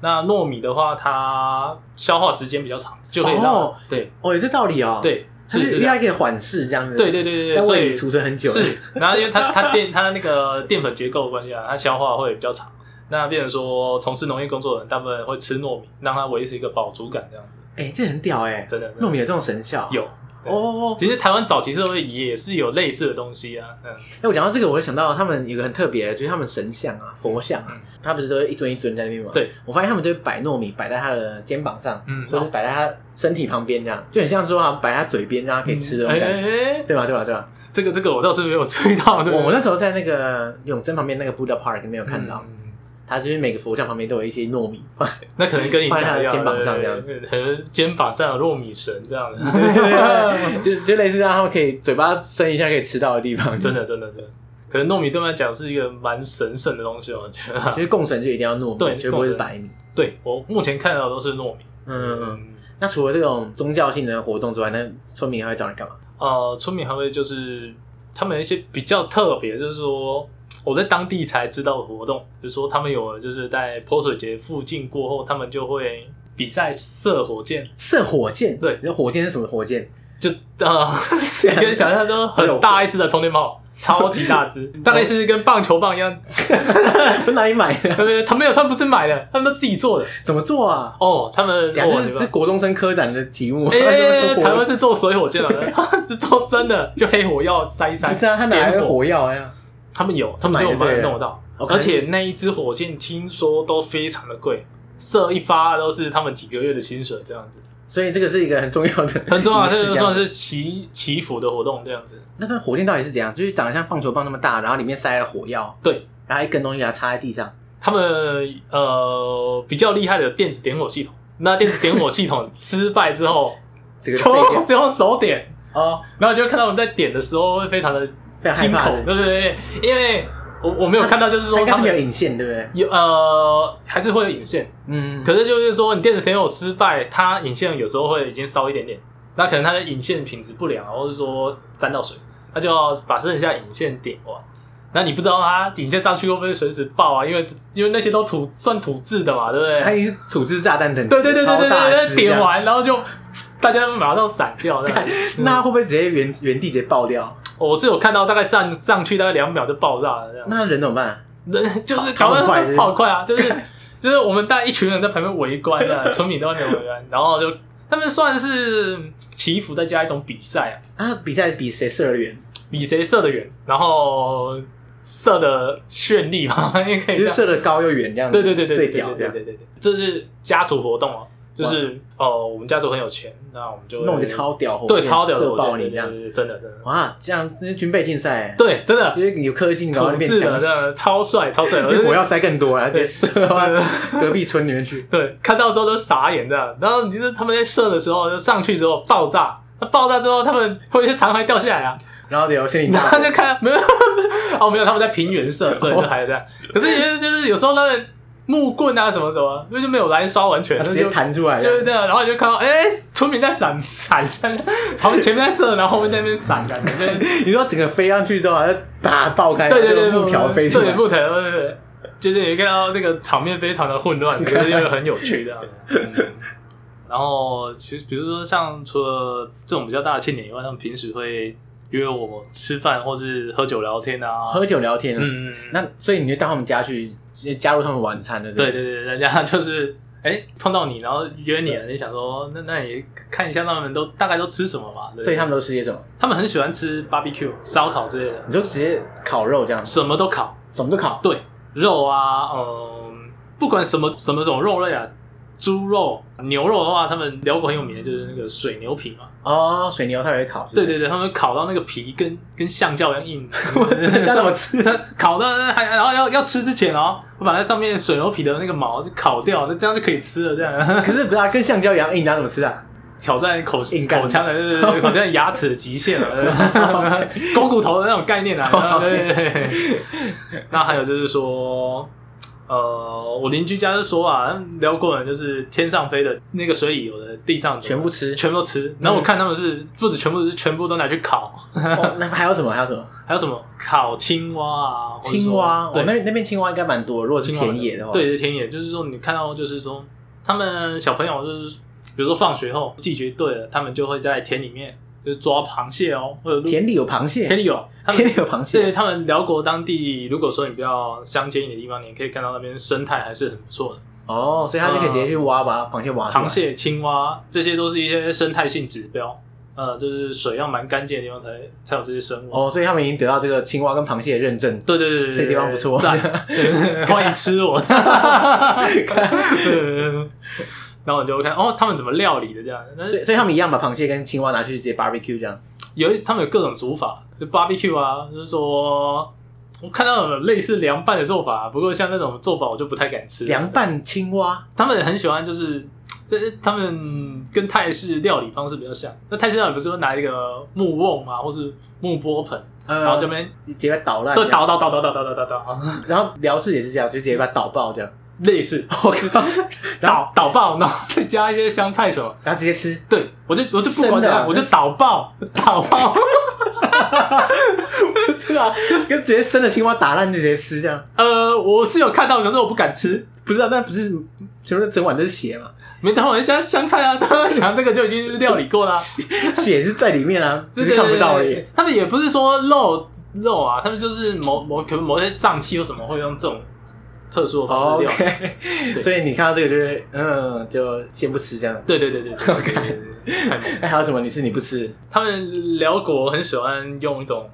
Speaker 2: 那糯米的话，它消耗时间比较长，就可以让、
Speaker 3: 哦
Speaker 2: 对
Speaker 3: 哦有这道理哦，，
Speaker 2: 对
Speaker 3: 它
Speaker 2: 是
Speaker 3: 是
Speaker 2: 是
Speaker 3: 应
Speaker 2: 这样
Speaker 3: 该可以缓释这样子，
Speaker 2: 对对对对
Speaker 3: 在
Speaker 2: 对，所
Speaker 3: 胃里
Speaker 2: 以
Speaker 3: 储存很久，
Speaker 2: 是，然后因为它它淀它那个淀粉结构的关系啊，它消化会比较长。那变成说，从事农业工作的人大部分会吃糯米，让它维持一个饱足感，这样子
Speaker 3: 哎，这很屌哎，
Speaker 2: 真的真的
Speaker 3: 糯米有这种神效，
Speaker 2: 有。对
Speaker 3: 哦哦。哦
Speaker 2: 其实台湾早期社会也是有类似的东西啊，嗯，
Speaker 3: 哎，我讲到这个，我就想到他们有个很特别的，就是他们神像啊、佛像啊
Speaker 2: 嗯，
Speaker 3: 他不是都会一尊一尊在那边吗？
Speaker 2: 对，
Speaker 3: 我发现他们就会摆糯米摆在他的肩膀上，
Speaker 2: 嗯
Speaker 3: 或者是摆在他身体旁边这样，就很像说啊摆在他嘴边让他可以吃的那种感觉，
Speaker 2: 哎哎啊哎
Speaker 3: 对吧？对吧？对吧？
Speaker 2: 这个这个我倒是没有注 意到，这个
Speaker 3: 我我那时候在那个永贞旁边那个 Buddha Park 没有看到，
Speaker 2: 嗯
Speaker 3: 它就是每个佛像旁边都有一些糯 米 放。
Speaker 2: 那可能跟你讲
Speaker 3: 放在他
Speaker 2: 一
Speaker 3: 的
Speaker 2: 样，
Speaker 3: 肩膀上这样
Speaker 2: 对，可能肩膀上有糯米绳 这样的，
Speaker 3: 就就类似让他们可以嘴巴伸一下可以吃到的地方，
Speaker 2: 真的真的真的，可能糯米对我们来讲是一个蛮神圣的东西，我觉得。
Speaker 3: 其实供神就一定要糯米，
Speaker 2: 对
Speaker 3: 绝不会是
Speaker 2: 供神
Speaker 3: 白米。
Speaker 2: 对我目前看到的都是糯米。
Speaker 3: 嗯嗯嗯。那除了这种宗教性的活动之外，那村民还会找你干嘛？
Speaker 2: 呃，村民还会就是他们有一些比较特别，就是说我在当地才知道的活动，比如说他们有就是在泼水节附近过后，他们就会比赛射火箭，
Speaker 3: 射火箭。
Speaker 2: 对
Speaker 3: 你说火箭是什么火箭？
Speaker 2: 就呃， 你
Speaker 3: 啊
Speaker 2: 可以想象说很大一只的充电炮，超级大 只，大概是跟棒球棒一样。
Speaker 3: 从 哪里买的？
Speaker 2: 他们他没有，他们不是买的，他们都自己做的。
Speaker 3: 怎么做 啊？
Speaker 2: 哦，他们
Speaker 3: 两个
Speaker 2: 哦
Speaker 3: 是国中生科长的题目。
Speaker 2: 哎、
Speaker 3: 他说
Speaker 2: 台湾
Speaker 3: 火
Speaker 2: 是做水火箭的， 是做真的，就黑火药塞一塞。
Speaker 3: 不是啊，他哪来
Speaker 2: 点
Speaker 3: 的火药呀？
Speaker 2: 他们有，他们就有
Speaker 3: 买
Speaker 2: 帮
Speaker 3: 就对
Speaker 2: 你
Speaker 3: 了
Speaker 2: 弄到，
Speaker 3: OK
Speaker 2: 而且那一支火箭听说都非常的贵，射一发都是他们几个月的薪水这样子，
Speaker 3: 所以这个是 一个很重要的 仪式，
Speaker 2: 很重要，这个
Speaker 3: 这样
Speaker 2: 算是祈祈福的活动这样子。
Speaker 3: 那它火箭到底是怎样？就是长得像棒球棒那么大，然后里面塞了火药，
Speaker 2: 对
Speaker 3: 然后一根东西给它插在地上，
Speaker 2: 他们呃比较厉害的有电子点火系统，那电子点火系统失败之 后，
Speaker 3: 这个
Speaker 2: 就
Speaker 3: 废掉
Speaker 2: 就用手点，
Speaker 3: 哦，
Speaker 2: 然后就会看到我们在点的时候会非常的
Speaker 3: 非常害
Speaker 2: 惊
Speaker 3: 怕
Speaker 2: 恐，
Speaker 3: 的。
Speaker 2: 对对对，因为我我没有看到，就是
Speaker 3: 它
Speaker 2: 说
Speaker 3: 应该
Speaker 2: 嗯他
Speaker 3: 是没有
Speaker 2: 们
Speaker 3: 引线，对不对？
Speaker 2: 有呃还是会有引线。
Speaker 3: 嗯，
Speaker 2: 可是就是说，你电子填有失败，它引线有时候会已经烧一点点，那可能它的引线品质不良，或者说沾到水，它就要把剩下引线点完。那你不知道它引线上去会不会随时爆啊？因为因为那些都土算土制的嘛，对不
Speaker 3: 它
Speaker 2: 对？
Speaker 3: 一个土制炸弹等级，
Speaker 2: 对对对对
Speaker 3: 超
Speaker 2: 对
Speaker 3: 大只
Speaker 2: 对对，
Speaker 3: 这样
Speaker 2: 点，完嗯然后就大家马上闪掉。这样
Speaker 3: 那它会不会直接原原地直接爆掉？
Speaker 2: 我是有看到大概上上去大概两秒就爆炸了，这样
Speaker 3: 那人怎么办？
Speaker 2: 人 就是
Speaker 3: 跑
Speaker 2: 赶
Speaker 3: 跑很快是
Speaker 2: 快
Speaker 3: 不是
Speaker 2: 跑快啊， 就是就是我们带一群人在旁边围观啊，村民在外面围观，然后就他们算是祈福再加一种比赛啊，
Speaker 3: 啊，比赛比谁射得远，
Speaker 2: 比谁射得远，然后射的绚丽嘛， 也可以
Speaker 3: 就是
Speaker 2: 这样。
Speaker 3: 射得高又远这样子，
Speaker 2: 对对对对对
Speaker 3: 最
Speaker 2: 对
Speaker 3: 屌
Speaker 2: 对
Speaker 3: 这
Speaker 2: 对
Speaker 3: 样，
Speaker 2: 对对，这是家族活动哦、就是哦，我们家族很有钱，那我们就会
Speaker 3: 弄一个超屌火箭，
Speaker 2: 对超屌的
Speaker 3: 射
Speaker 2: 火箭
Speaker 3: 爆你这样
Speaker 2: 对，对对对真的真的
Speaker 3: 哇，这样这是军备竞赛，
Speaker 2: 对真的
Speaker 3: 就是有科技然后
Speaker 2: 土
Speaker 3: 变
Speaker 2: 制
Speaker 3: 强
Speaker 2: 的，真，的超帅 超帅，
Speaker 3: 因为火药塞更多，然后直接射到
Speaker 2: 对
Speaker 3: 隔壁村里面 去。
Speaker 2: 对，看到的时候都傻眼这样。然后你就是他们在射的时候，就上去之后爆炸，那爆炸之后他们会有一些残骸掉下来 啊，
Speaker 3: 然后有心理
Speaker 2: 然
Speaker 3: 大
Speaker 2: 后就看没有哦没有，他们在平原射，所以就还这样。可是也就是有时候他们木棍啊什么什么，因为就没有燃烧完全，
Speaker 3: 他
Speaker 2: 那
Speaker 3: 直接
Speaker 2: 就。
Speaker 3: 弹出来，
Speaker 2: 就是这样，然后你就看到，哎、村民在闪闪，在那旁边前面在射，然后后面在那边闪，感觉就是
Speaker 3: 你说整个飞上去之后，好像打爆开，
Speaker 2: 对对对，
Speaker 3: 然后
Speaker 2: 对
Speaker 3: 哎木条飞出
Speaker 2: 对
Speaker 3: 来，
Speaker 2: 木条，对对对，就是你看到这个场面非常的 混乱，可是又很有趣的。嗯然后其实比如说像除了这种比较大的庆典以外，他们平时会约我吃饭或是喝酒聊天啊。
Speaker 3: 喝酒聊天啊。
Speaker 2: 嗯，嗯嗯
Speaker 3: 那所以你就到他们家去，直接加入他们晚餐的，
Speaker 2: 对
Speaker 3: 对
Speaker 2: 对对，人家 就是哎碰到你，然后约你了，你想说那那你看一下他们都大概都吃什么嘛？对不
Speaker 3: 不。
Speaker 2: 对
Speaker 3: 所以他们都吃些什么？
Speaker 2: 他们很喜欢吃 barbecue 烧烤之类的，
Speaker 3: 你就直接烤肉这样，
Speaker 2: 什么都烤。
Speaker 3: 什么都烤，
Speaker 2: 对，肉啊，嗯，不管什么什么种肉类啊，猪肉、牛肉的话，他们辽国很有名的就是那个水牛皮嘛。
Speaker 3: 哦，水牛他也会烤，是不
Speaker 2: 对
Speaker 3: 是，
Speaker 2: 对对，他们烤到那个皮跟跟橡胶一样硬，
Speaker 3: 这怎么吃？啊
Speaker 2: 他烤到还然后要要吃之前哦，我把那上面水牛皮的那个毛就烤掉，那这样就可以吃了。这样
Speaker 3: 可是不是啊，跟橡胶一样硬，你拿怎么吃啊？
Speaker 2: 挑战口
Speaker 3: 硬干
Speaker 2: 口腔的对对对口腔的牙齿的极限了， 肱骨头的那种概念啊。对对对对。那还有就是说，呃，我邻居家就说啊，辽国人就是天上飞的那个水里游的，地上走的
Speaker 3: 全部吃，
Speaker 2: 全部都吃。然后我看他们是不止全部是全部都拿去烤，
Speaker 3: 哦那还有什么？还有什么？
Speaker 2: 还有什么烤青蛙啊，或者说
Speaker 3: 青蛙，哦，
Speaker 2: 对
Speaker 3: 那，边那边青蛙应该蛮多，如果是
Speaker 2: 青蛙的
Speaker 3: 田野的话，
Speaker 2: 对，田野就是说你看到就是说他们小朋友就是比如说放学后季节对了，他们就会在田里面就是抓螃蟹哦，或者鹿
Speaker 3: 田里有螃蟹，
Speaker 2: 田里有，他
Speaker 3: 田
Speaker 2: 们
Speaker 3: 里有螃蟹，
Speaker 2: 对他们辽国当地，如果说你比较乡间一点的地方，你可以看到那边生态还是很不错的。
Speaker 3: 哦，所以他就可以直接去挖把螃蟹挖出来，
Speaker 2: 螃蟹、青蛙，这些都是一些生态性指标。呃，就是水要蛮干净的地方才才有这些生物。
Speaker 3: 哦，所以他们已经得到这个青蛙跟螃蟹的认证，
Speaker 2: 对，对对对对，
Speaker 3: 这地方不错
Speaker 2: 赞，对欢迎吃我。对对对对然后你就会看哦，他们怎么料理的这样？但
Speaker 3: 所
Speaker 2: 是
Speaker 3: 以所以他们一样把螃蟹跟青蛙拿去直接 barbecue 这样，
Speaker 2: 有一他们有各种煮法，就 barbecue 啊，就是说我看到有类似凉拌的做法，不过像那种做法我就不太敢吃。
Speaker 3: 凉拌青蛙，
Speaker 2: 他们很喜欢就是，但是他们跟泰式料理方式比较像。那泰式料理不是会拿一个木瓮嘛，或是木钵盆，
Speaker 3: 呃
Speaker 2: 然后这边
Speaker 3: 直接把它捣烂，
Speaker 2: 都，倒倒倒倒倒倒倒倒倒，
Speaker 3: 然后辽视也是这样，就直接把它捣爆这样，
Speaker 2: 类似，我倒倒爆，然后再加一些香菜什么，
Speaker 3: 然后直接吃，
Speaker 2: 对我就我就不管怎
Speaker 3: 生的
Speaker 2: 样，我就倒爆倒爆，
Speaker 3: 是啊，跟直接生的青蛙打烂就直接吃这样，
Speaker 2: 呃，我是有看到，可是我不敢吃。
Speaker 3: 不是啊，那不是全部整碗都是血嘛，
Speaker 2: 没等会加香菜啊，刚刚讲这个就已经是料理过啦、
Speaker 3: 血是在里面啊，只
Speaker 2: 对
Speaker 3: 是看不到而。
Speaker 2: 对
Speaker 3: 已
Speaker 2: 对。他们也不是说肉肉啊，他们就是某某可能某些脏器有什么会用这种特殊的方式料理。
Speaker 3: OK，
Speaker 2: 对
Speaker 3: 所以你看到这个就是嗯，就先不吃这样。
Speaker 2: 对对对对对对对对太猛了！
Speaker 3: 哎，还有什么你吃你不吃？
Speaker 2: 他们辽国很喜欢用一种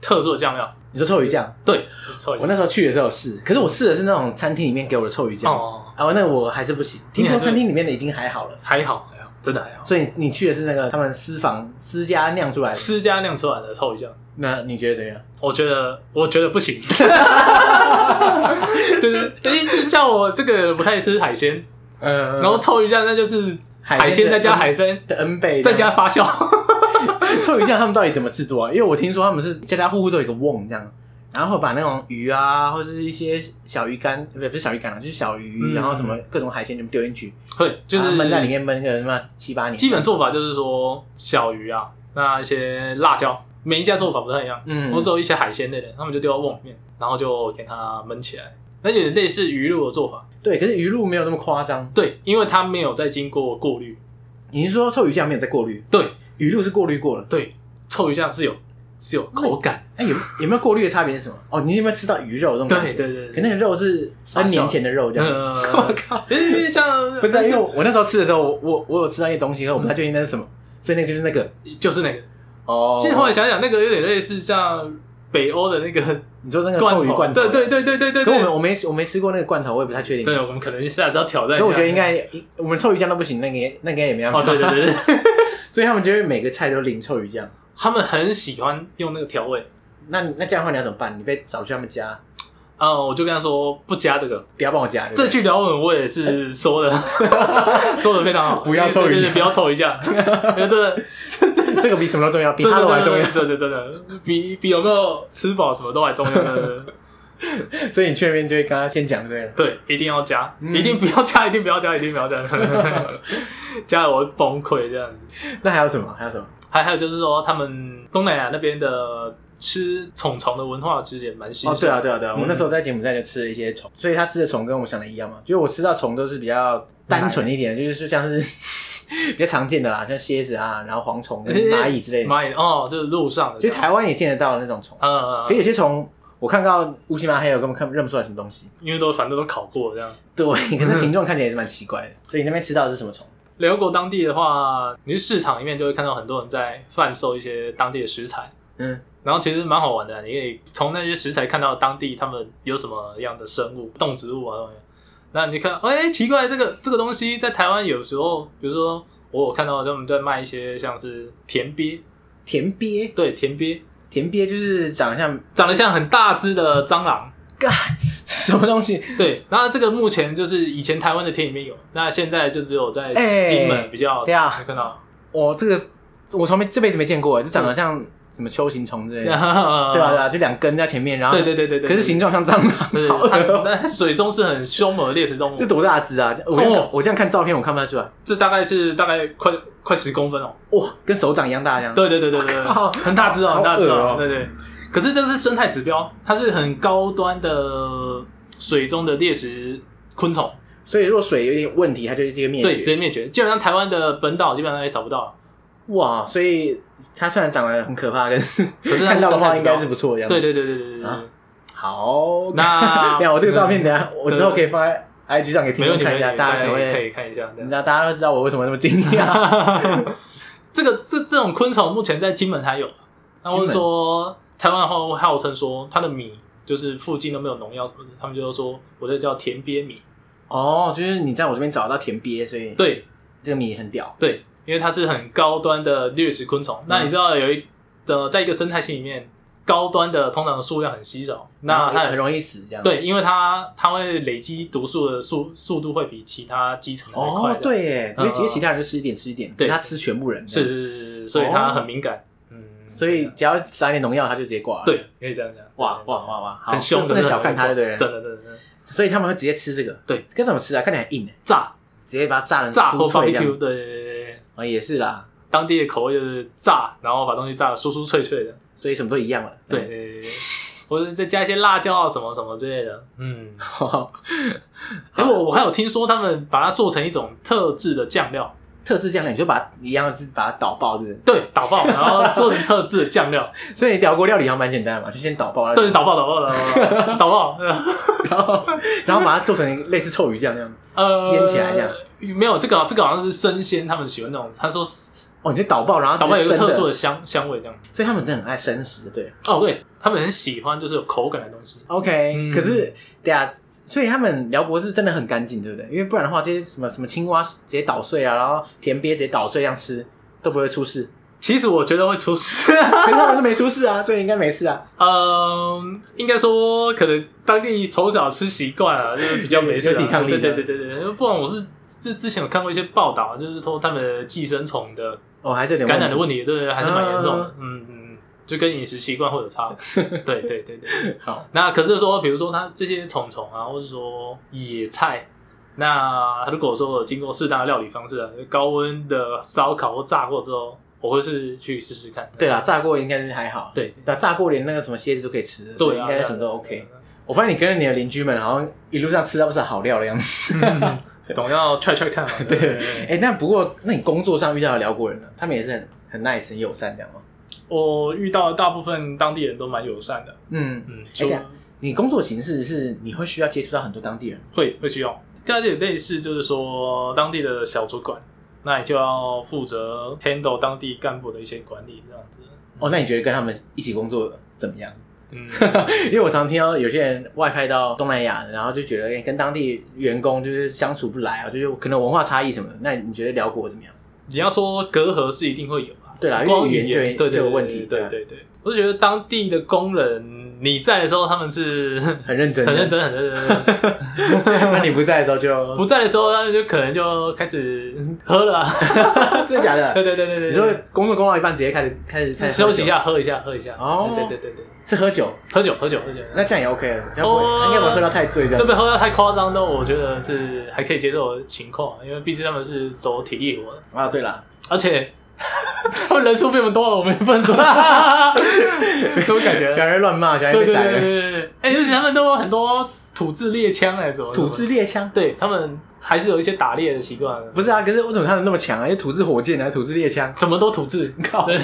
Speaker 2: 特殊的酱料，
Speaker 3: 你说臭鱼酱，
Speaker 2: 对，臭
Speaker 3: 我
Speaker 2: 鱼
Speaker 3: 那时候去的时候有试，可是我试的是那种餐厅里面给我的臭鱼酱，
Speaker 2: 哦，
Speaker 3: 啊，那我还是不行。听说餐厅里面的已经还好了，
Speaker 2: 还好还好，真的还好。
Speaker 3: 所以你去的是那个他们私房私家酿出来的，
Speaker 2: 私家酿出来的臭鱼酱，
Speaker 3: 那你觉得怎么样？
Speaker 2: 我觉得我觉得不 行，就是就是像我这个不太吃海鲜，
Speaker 3: 嗯
Speaker 2: 呃然后臭鱼酱那就是
Speaker 3: 海
Speaker 2: 海
Speaker 3: 鲜
Speaker 2: 鲜嗯
Speaker 3: 的
Speaker 2: 再加海参，
Speaker 3: 的 N 倍这
Speaker 2: 再
Speaker 3: 样，
Speaker 2: 加发酵。
Speaker 3: 臭鱼酱他们到底怎么制作啊？因为我听说他们是家家户户都有一个瓮这样，然后会把那种鱼啊，或者是一些小鱼干，不是不是小鱼干啊，就是小鱼，
Speaker 2: 嗯
Speaker 3: 然后什么各种海鲜全部丢进去，
Speaker 2: 对，就
Speaker 3: 然
Speaker 2: 是
Speaker 3: 后啊焖在里。面焖个什么七八年，
Speaker 2: 基本做法就是说，小鱼啊，那一些辣椒，每一家做法不太一样。
Speaker 3: 嗯
Speaker 2: 我只有一些海鲜类的，他们就丢到瓮里面，然后就给它焖起来。那也类似鱼露的做法，
Speaker 3: 对，可是鱼露没有那么夸张。
Speaker 2: 对，因为它没有再经过过滤。
Speaker 3: 你是说臭鱼酱没有在过滤？
Speaker 2: 对
Speaker 3: 鱼露是过滤过了，
Speaker 2: 对，臭鱼酱是有是有口感。
Speaker 3: 哎、有有没有过滤的差别是什么？哦，你有没有吃到鱼肉这种感觉？
Speaker 2: 对对对对
Speaker 3: 可那个肉是
Speaker 2: 发酵
Speaker 3: N 年前的肉这样。
Speaker 2: 呃，我靠，像
Speaker 3: 不是啊，因为我那时候吃的时候，我我我有吃到一些东西，可我不太确定那是什么，所以那个就是那
Speaker 2: 嗯
Speaker 3: 个
Speaker 2: 就是那个。
Speaker 3: 哦
Speaker 2: 现在后来想想，那个有点类似像北欧的那个
Speaker 3: 你说那个
Speaker 2: 罐
Speaker 3: 臭
Speaker 2: 头，
Speaker 3: 鱼罐头，
Speaker 2: 对对对对对对。
Speaker 3: 可
Speaker 2: 对
Speaker 3: 我们我没我没吃过那个罐头，我也不太确定。
Speaker 2: 对，我们可能下次要挑战一下。
Speaker 3: 可我觉得应该我们臭鱼酱都不行，那个也那个也没办法。
Speaker 2: 哦，对对对对。
Speaker 3: 所以他们就会每个菜都淋臭鱼酱。
Speaker 2: 他们很喜欢用那个调味。
Speaker 3: 那那这样的话你要怎么办？你被找去他们家，
Speaker 2: 嗯，我就跟他说不加这个。
Speaker 3: 不要帮我加。对不对
Speaker 2: 这句聊文我也是说的，说的非常好。
Speaker 3: 不要凑一下
Speaker 2: 对对对不要凑一下。因为真的，
Speaker 3: 这个比什么都重要，比
Speaker 2: 真
Speaker 3: 哈
Speaker 2: 的
Speaker 3: 罗还重要。
Speaker 2: 真的真的比比有没有吃饱什么都还重要。对对 对
Speaker 3: 所以你去那边就会跟他先讲就对了。
Speaker 2: 对，对一定要加，
Speaker 3: 嗯
Speaker 2: 一定不要加，一 定不要加，一定不要加，加了我会崩溃这样子。
Speaker 3: 那还有什么？还有什么？
Speaker 2: 还还有就是说，他们东南亚那边的吃虫虫的文化其实也蛮新
Speaker 3: 哦，对
Speaker 2: 鲜。
Speaker 3: 啊，对啊，对啊，我
Speaker 2: 嗯
Speaker 3: 那时候在柬埔寨就吃了一些虫，所以他吃的虫跟我们想的一样嘛，就是我吃到虫都是比较单纯一点，就是像是 比较常见的啦，像蝎子啊，然后蝗虫、跟 蚂蚁之类的，
Speaker 2: 蚂蚁哦，就是路上的这
Speaker 3: 就
Speaker 2: 样，
Speaker 3: 台湾也见得到的那种虫，
Speaker 2: 嗯嗯，
Speaker 3: 可
Speaker 2: 嗯
Speaker 3: 有些虫我看到乌漆麻黑，我根本看认不出来什么东西。
Speaker 2: 因为都反正都烤过这样。
Speaker 3: 对， 可是形状看起来也是蛮奇怪的，所以你那边吃到的是什么虫？
Speaker 2: 辽国当地的话，你去市场里面就会看到很多人在贩售一些当地的食材，
Speaker 3: 嗯，
Speaker 2: 然后其实蛮好玩的，你可以从那些食材看到当地他们有什么样的生物、动植物啊什么的。那你就看，哎、奇怪，这个这个东西在台湾有时候，比如说我有看到他们在卖一些像是田鳖，
Speaker 3: 田鳖，
Speaker 2: 对，田鳖
Speaker 3: 田鳖就是长得像
Speaker 2: 长得像很大只的蟑螂，
Speaker 3: 干什么东西？
Speaker 2: 对。那这个目前就是以前台湾的田里面有，那现在就只有在
Speaker 3: 哎
Speaker 2: 金门比较
Speaker 3: 对啊
Speaker 2: 能看到，
Speaker 3: 我这个我从没这辈子没见过，就长得像什么球形虫之类的。 对
Speaker 2: 对
Speaker 3: 啊，对啊，就两根在前面，然后
Speaker 2: 对对对对对，
Speaker 3: 可是形状像蟑
Speaker 2: 对
Speaker 3: 螂，好恶哦、
Speaker 2: 那水中是很凶猛的猎食动 物
Speaker 3: 这，多大只啊！我这样看、
Speaker 2: 哦
Speaker 3: 我这样看照片，我看不太出来。
Speaker 2: 这大概是大概快快十公分哦。
Speaker 3: 哇，跟手掌一样大这样。
Speaker 2: 对对对对对，
Speaker 3: 靠
Speaker 2: 很大只哦，
Speaker 3: 好
Speaker 2: 很大只
Speaker 3: 恶哦
Speaker 2: 哦，对对。可是这是生态指标，它是很高端的水中的猎食昆虫，
Speaker 3: 所以如果水有点问题，它就是这个灭
Speaker 2: 对，直
Speaker 3: 绝。
Speaker 2: 接灭绝。基本上台湾的本岛基本上也找不到，
Speaker 3: 哇，所以它虽然长得很可怕，可是
Speaker 2: 可是它
Speaker 3: 看到的
Speaker 2: 生态
Speaker 3: 话
Speaker 2: 指
Speaker 3: 应该
Speaker 2: 标
Speaker 3: 是不错的样子。
Speaker 2: 对对对对对对对
Speaker 3: 啊。好，
Speaker 2: 那
Speaker 3: 等一下我这个照片，等一下我之后
Speaker 2: 对
Speaker 3: 可以放在 IG 上给听
Speaker 2: 没问
Speaker 3: 众
Speaker 2: 题，
Speaker 3: 看一
Speaker 2: 没问
Speaker 3: 下，
Speaker 2: 题
Speaker 3: 大家可能
Speaker 2: 可
Speaker 3: 会，
Speaker 2: 以看一下。这
Speaker 3: 你
Speaker 2: 样
Speaker 3: 知道大家都知道我为什么那么惊 讶。
Speaker 2: 这个这这种昆虫目前在金门还有，那或者说台湾的话会号称说它的米就是附近都没有农药什么的，他们就说我这叫田鳖米。
Speaker 3: 哦，就是你在我这边找到田鳖，所以
Speaker 2: 对
Speaker 3: 这个米很屌。
Speaker 2: 对，因为它是很高端的掠食昆
Speaker 3: 嗯
Speaker 2: 虫。那你知道有一呃，在一个生态系里面，高端的通常的数量很稀少，那
Speaker 3: 它
Speaker 2: 它
Speaker 3: 哦很容易死这样。，
Speaker 2: 对，因为它它会累积毒素的速速度会比其他基层的还快
Speaker 3: 哦
Speaker 2: 的。，，
Speaker 3: 对耶，因为其实
Speaker 2: 嗯
Speaker 3: 其他人就吃一点吃一点，
Speaker 2: 对
Speaker 3: 可是它吃全部人。
Speaker 2: 是是是是，所以它很敏感。嗯，
Speaker 3: 所以只要撒一点农药，它就直接挂了。，
Speaker 2: 对，可以这样讲。
Speaker 3: 哇
Speaker 2: 对
Speaker 3: 哇哇哇，好
Speaker 2: 很凶
Speaker 3: 不
Speaker 2: 的，
Speaker 3: 能小看它，
Speaker 2: 对
Speaker 3: 对不对？
Speaker 2: 真的真的，真的
Speaker 3: 所以他们会直接吃这个。
Speaker 2: 对，
Speaker 3: 跟怎么吃啊？看起来很硬欸，
Speaker 2: 炸
Speaker 3: 直接把它炸成
Speaker 2: 炸或
Speaker 3: 酥脆这
Speaker 2: barbecue，
Speaker 3: 样。
Speaker 2: 对对对对对，
Speaker 3: 哦，也是啦，
Speaker 2: 当地的口味就是炸，然后把东西炸的酥酥脆脆的，
Speaker 3: 所以什么都一样了。
Speaker 2: 对对对对对，或者再加一些辣椒啊什么什么之类的，嗯，
Speaker 3: 嗯，
Speaker 2: 哎、我我还有听说他们把它做成一种特制的酱料，
Speaker 3: 特制酱料你就把一样是把它捣爆，对不对？
Speaker 2: 对，打爆，然后做成特制的 酱料，
Speaker 3: 所以辽国料理好像蛮简单的嘛，就先捣爆，
Speaker 2: 对，打爆，打爆，打爆，打爆，
Speaker 3: 然后 然后把它做成类似臭鱼酱那样。
Speaker 2: 呃，
Speaker 3: 腌起来这样。
Speaker 2: 没有这个，这个好像是生鲜，他们喜欢那种。他说
Speaker 3: 哦，你就捣爆，然后
Speaker 2: 打爆有一
Speaker 3: 直
Speaker 2: 个
Speaker 3: 接生
Speaker 2: 特殊
Speaker 3: 的，
Speaker 2: 的香香味，这样。
Speaker 3: 所以他们真的很爱生食，对。
Speaker 2: 哦，对，他们很喜欢就是有口感的东西。
Speaker 3: OK，、
Speaker 2: 嗯
Speaker 3: 可是对啊，所以他们辽国是真的很干净，对不对？因为不然的话，这些什么什么青蛙直接捣碎啊，然后田鳖直接捣碎这样吃都不会出 事。
Speaker 2: 其实我觉得会出事，
Speaker 3: 可是他们是没出事啊，所以应该没事啊，
Speaker 2: 嗯，应该说可能当地从小吃习惯了，就是比较没事啊、
Speaker 3: 有有抵抗力
Speaker 2: 对对对对对，对不然我是之之前有看过一些报道，就是说他们的寄生虫的
Speaker 3: 哦，还是有点
Speaker 2: 感染的
Speaker 3: 题。
Speaker 2: 问题，对对，对还是蛮严重的。嗯嗯，就跟饮食习惯会有差。对对对对。
Speaker 3: 好，
Speaker 2: 那可是说，比如说它这些虫虫啊，或者说野菜，那如果说我经过适当的料理方式啊，高温的烧烤或炸过之后，我会是去试试看。
Speaker 3: 对啦，炸过应该是还好。
Speaker 2: 对
Speaker 3: 那炸过连那个什么蝎子都可以吃，所
Speaker 2: 对
Speaker 3: 以
Speaker 2: 啊，
Speaker 3: 应该
Speaker 2: 对啊
Speaker 3: 什么都 OK。。
Speaker 2: 对啊
Speaker 3: 我发现你跟着你的邻居们，好像一路上吃到不少好料的样 子。
Speaker 2: 对啊总要 try try 看嘛。 对对
Speaker 3: 哎、
Speaker 2: 对，
Speaker 3: 那不过，那你工作上遇到的辽国人呢？他们也是很很 nice、很友善，这样吗？
Speaker 2: 我遇到的大部分当地人都蛮友善的。
Speaker 3: 嗯，
Speaker 2: 嗯，
Speaker 3: 哎
Speaker 2: 就
Speaker 3: 等一下你工作形式是你会需要接触到很多当地人，
Speaker 2: 会会去用。这样有点类似，就是说当地的小主管，那你就要负责 handle 当地干部的一些管理这样子。
Speaker 3: 哦，那你觉得跟他们一起工作怎么样？
Speaker 2: 嗯，
Speaker 3: 因为我常听到有些人外派到东南亚，然后就觉得、哎跟当地员工就是相处不来啊，就是可能文化差异什么的。那你觉得辽国怎么样？
Speaker 2: 你要说隔阂是一定会有啊，
Speaker 3: 对啦因为
Speaker 2: 光
Speaker 3: 语言
Speaker 2: 言
Speaker 3: 就
Speaker 2: 对对
Speaker 3: 就有问题
Speaker 2: 对
Speaker 3: 对
Speaker 2: 对
Speaker 3: 啊
Speaker 2: 对对，我就觉得当地的工人，你在的时候他们是
Speaker 3: 很认真，
Speaker 2: 很认。真很认真，
Speaker 3: 那你不在的时候就
Speaker 2: 不在的时候他们就可能就开始喝了、 啊，
Speaker 3: 真的假
Speaker 2: 对
Speaker 3: 的？
Speaker 2: 对对对对，
Speaker 3: 你说工作工到一半直接开始开始开始喝
Speaker 2: 休息一
Speaker 3: 酒
Speaker 2: 下，喝一下喝一下，
Speaker 3: 哦
Speaker 2: 对对对对，
Speaker 3: 是喝酒，
Speaker 2: 喝酒喝酒喝酒，
Speaker 3: 那这样也 OK 了，这样不会
Speaker 2: 哦
Speaker 3: 应该不会喝到太醉这
Speaker 2: 这
Speaker 3: 样。
Speaker 2: 被喝到太夸张的，我觉得是还可以接受的情况，因为毕竟他们是走体力活的，
Speaker 3: 啊，对啦，
Speaker 2: 而且他们人数比我们多了，我们也不能走，这种感觉
Speaker 3: 不。要在乱骂，小心
Speaker 2: 对
Speaker 3: 被
Speaker 2: 对
Speaker 3: 宰
Speaker 2: 对对
Speaker 3: 了。
Speaker 2: 对对，哎、而且他们都有很多土制猎枪哎，什么
Speaker 3: 土制，猎枪
Speaker 2: 什么对他们还是有一些打猎的习惯，
Speaker 3: 不是啊，可是为什么他们那么强啊？因为土制火箭啊，土制猎枪。
Speaker 2: 什么都土 制。
Speaker 3: 靠
Speaker 2: 对，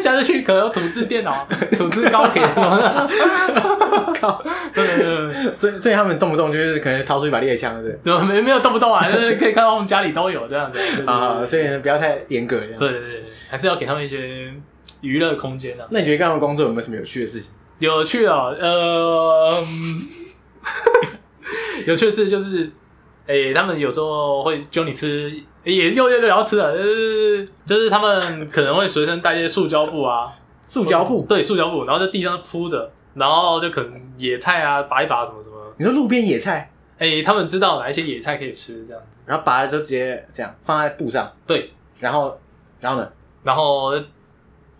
Speaker 2: 下次去可能有土制电脑、土制高铁什 么的，
Speaker 3: 靠！
Speaker 2: 真的真的真的
Speaker 3: 所以所以他们动不动就是可能掏出一把猎枪，对不
Speaker 2: 对，没没有动不动啊， 就是可以看到我们家里都有这样子。对对
Speaker 3: 对？
Speaker 2: 对
Speaker 3: 啊，所以呢不要太严格这样。
Speaker 2: 对对对，对还是要给他们一些娱乐空间啊。
Speaker 3: 那你觉得跟他们工作有没有什么有趣的事情？
Speaker 2: 有趣哦，呃，嗯 有趣的是就是，哎、他们有时候会揪你吃，诶也又又又要吃了，就是就是他们可能会随身带一些塑胶布啊，
Speaker 3: 塑胶布？
Speaker 2: 对，塑胶布，然后在地上铺着，然后就可能野菜啊，拔一拔什么什么，
Speaker 3: 你说路边野菜，
Speaker 2: 哎、他们知道哪一些野菜可以吃，这样，
Speaker 3: 然后拔了之后直接这样放在布上，
Speaker 2: 对，
Speaker 3: 然后然后呢？
Speaker 2: 然后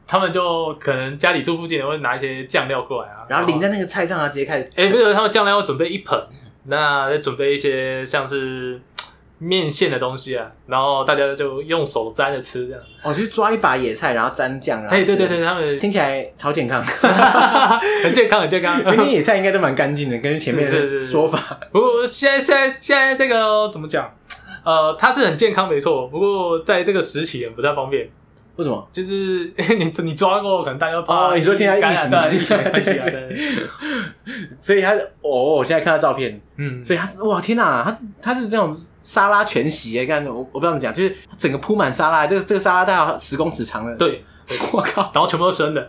Speaker 2: 他们就可能家里住附近的会拿一些酱料过来啊，
Speaker 3: 然后淋在那个菜上啊，直接开始
Speaker 2: 哎、欸，比如他们将来要准备一盆，那再准备一些像是面线的东西啊，然后大家就用手沾着吃这样。
Speaker 3: 哦，就是抓一把野菜，然后沾酱，啊然后
Speaker 2: 哎、
Speaker 3: 吃
Speaker 2: 对对对，他们
Speaker 3: 听起来超健康。
Speaker 2: 很健康，很健康。
Speaker 3: 那边野菜应该都蛮干净的，跟前面
Speaker 2: 是是
Speaker 3: 的
Speaker 2: 是
Speaker 3: 说法
Speaker 2: 不过现在现在现在这个哦怎么讲？呃，它是很健康没错，不过在这个时期也不太方便。
Speaker 3: 为什么？
Speaker 2: 就是 你你抓过，可能大家怕
Speaker 3: 哦你说现在
Speaker 2: 感染
Speaker 3: 疫情
Speaker 2: 对疫情的 关系啊，对，
Speaker 3: 所以他哦，我现在看到照片，
Speaker 2: 嗯，
Speaker 3: 所以他是哇天哪，他是他是这种沙拉全席耶，看我我不知道怎么讲，就是整个铺满沙拉，这个这个沙拉大概十公尺长了。，
Speaker 2: 对，
Speaker 3: 我靠，
Speaker 2: 然后全部都生的，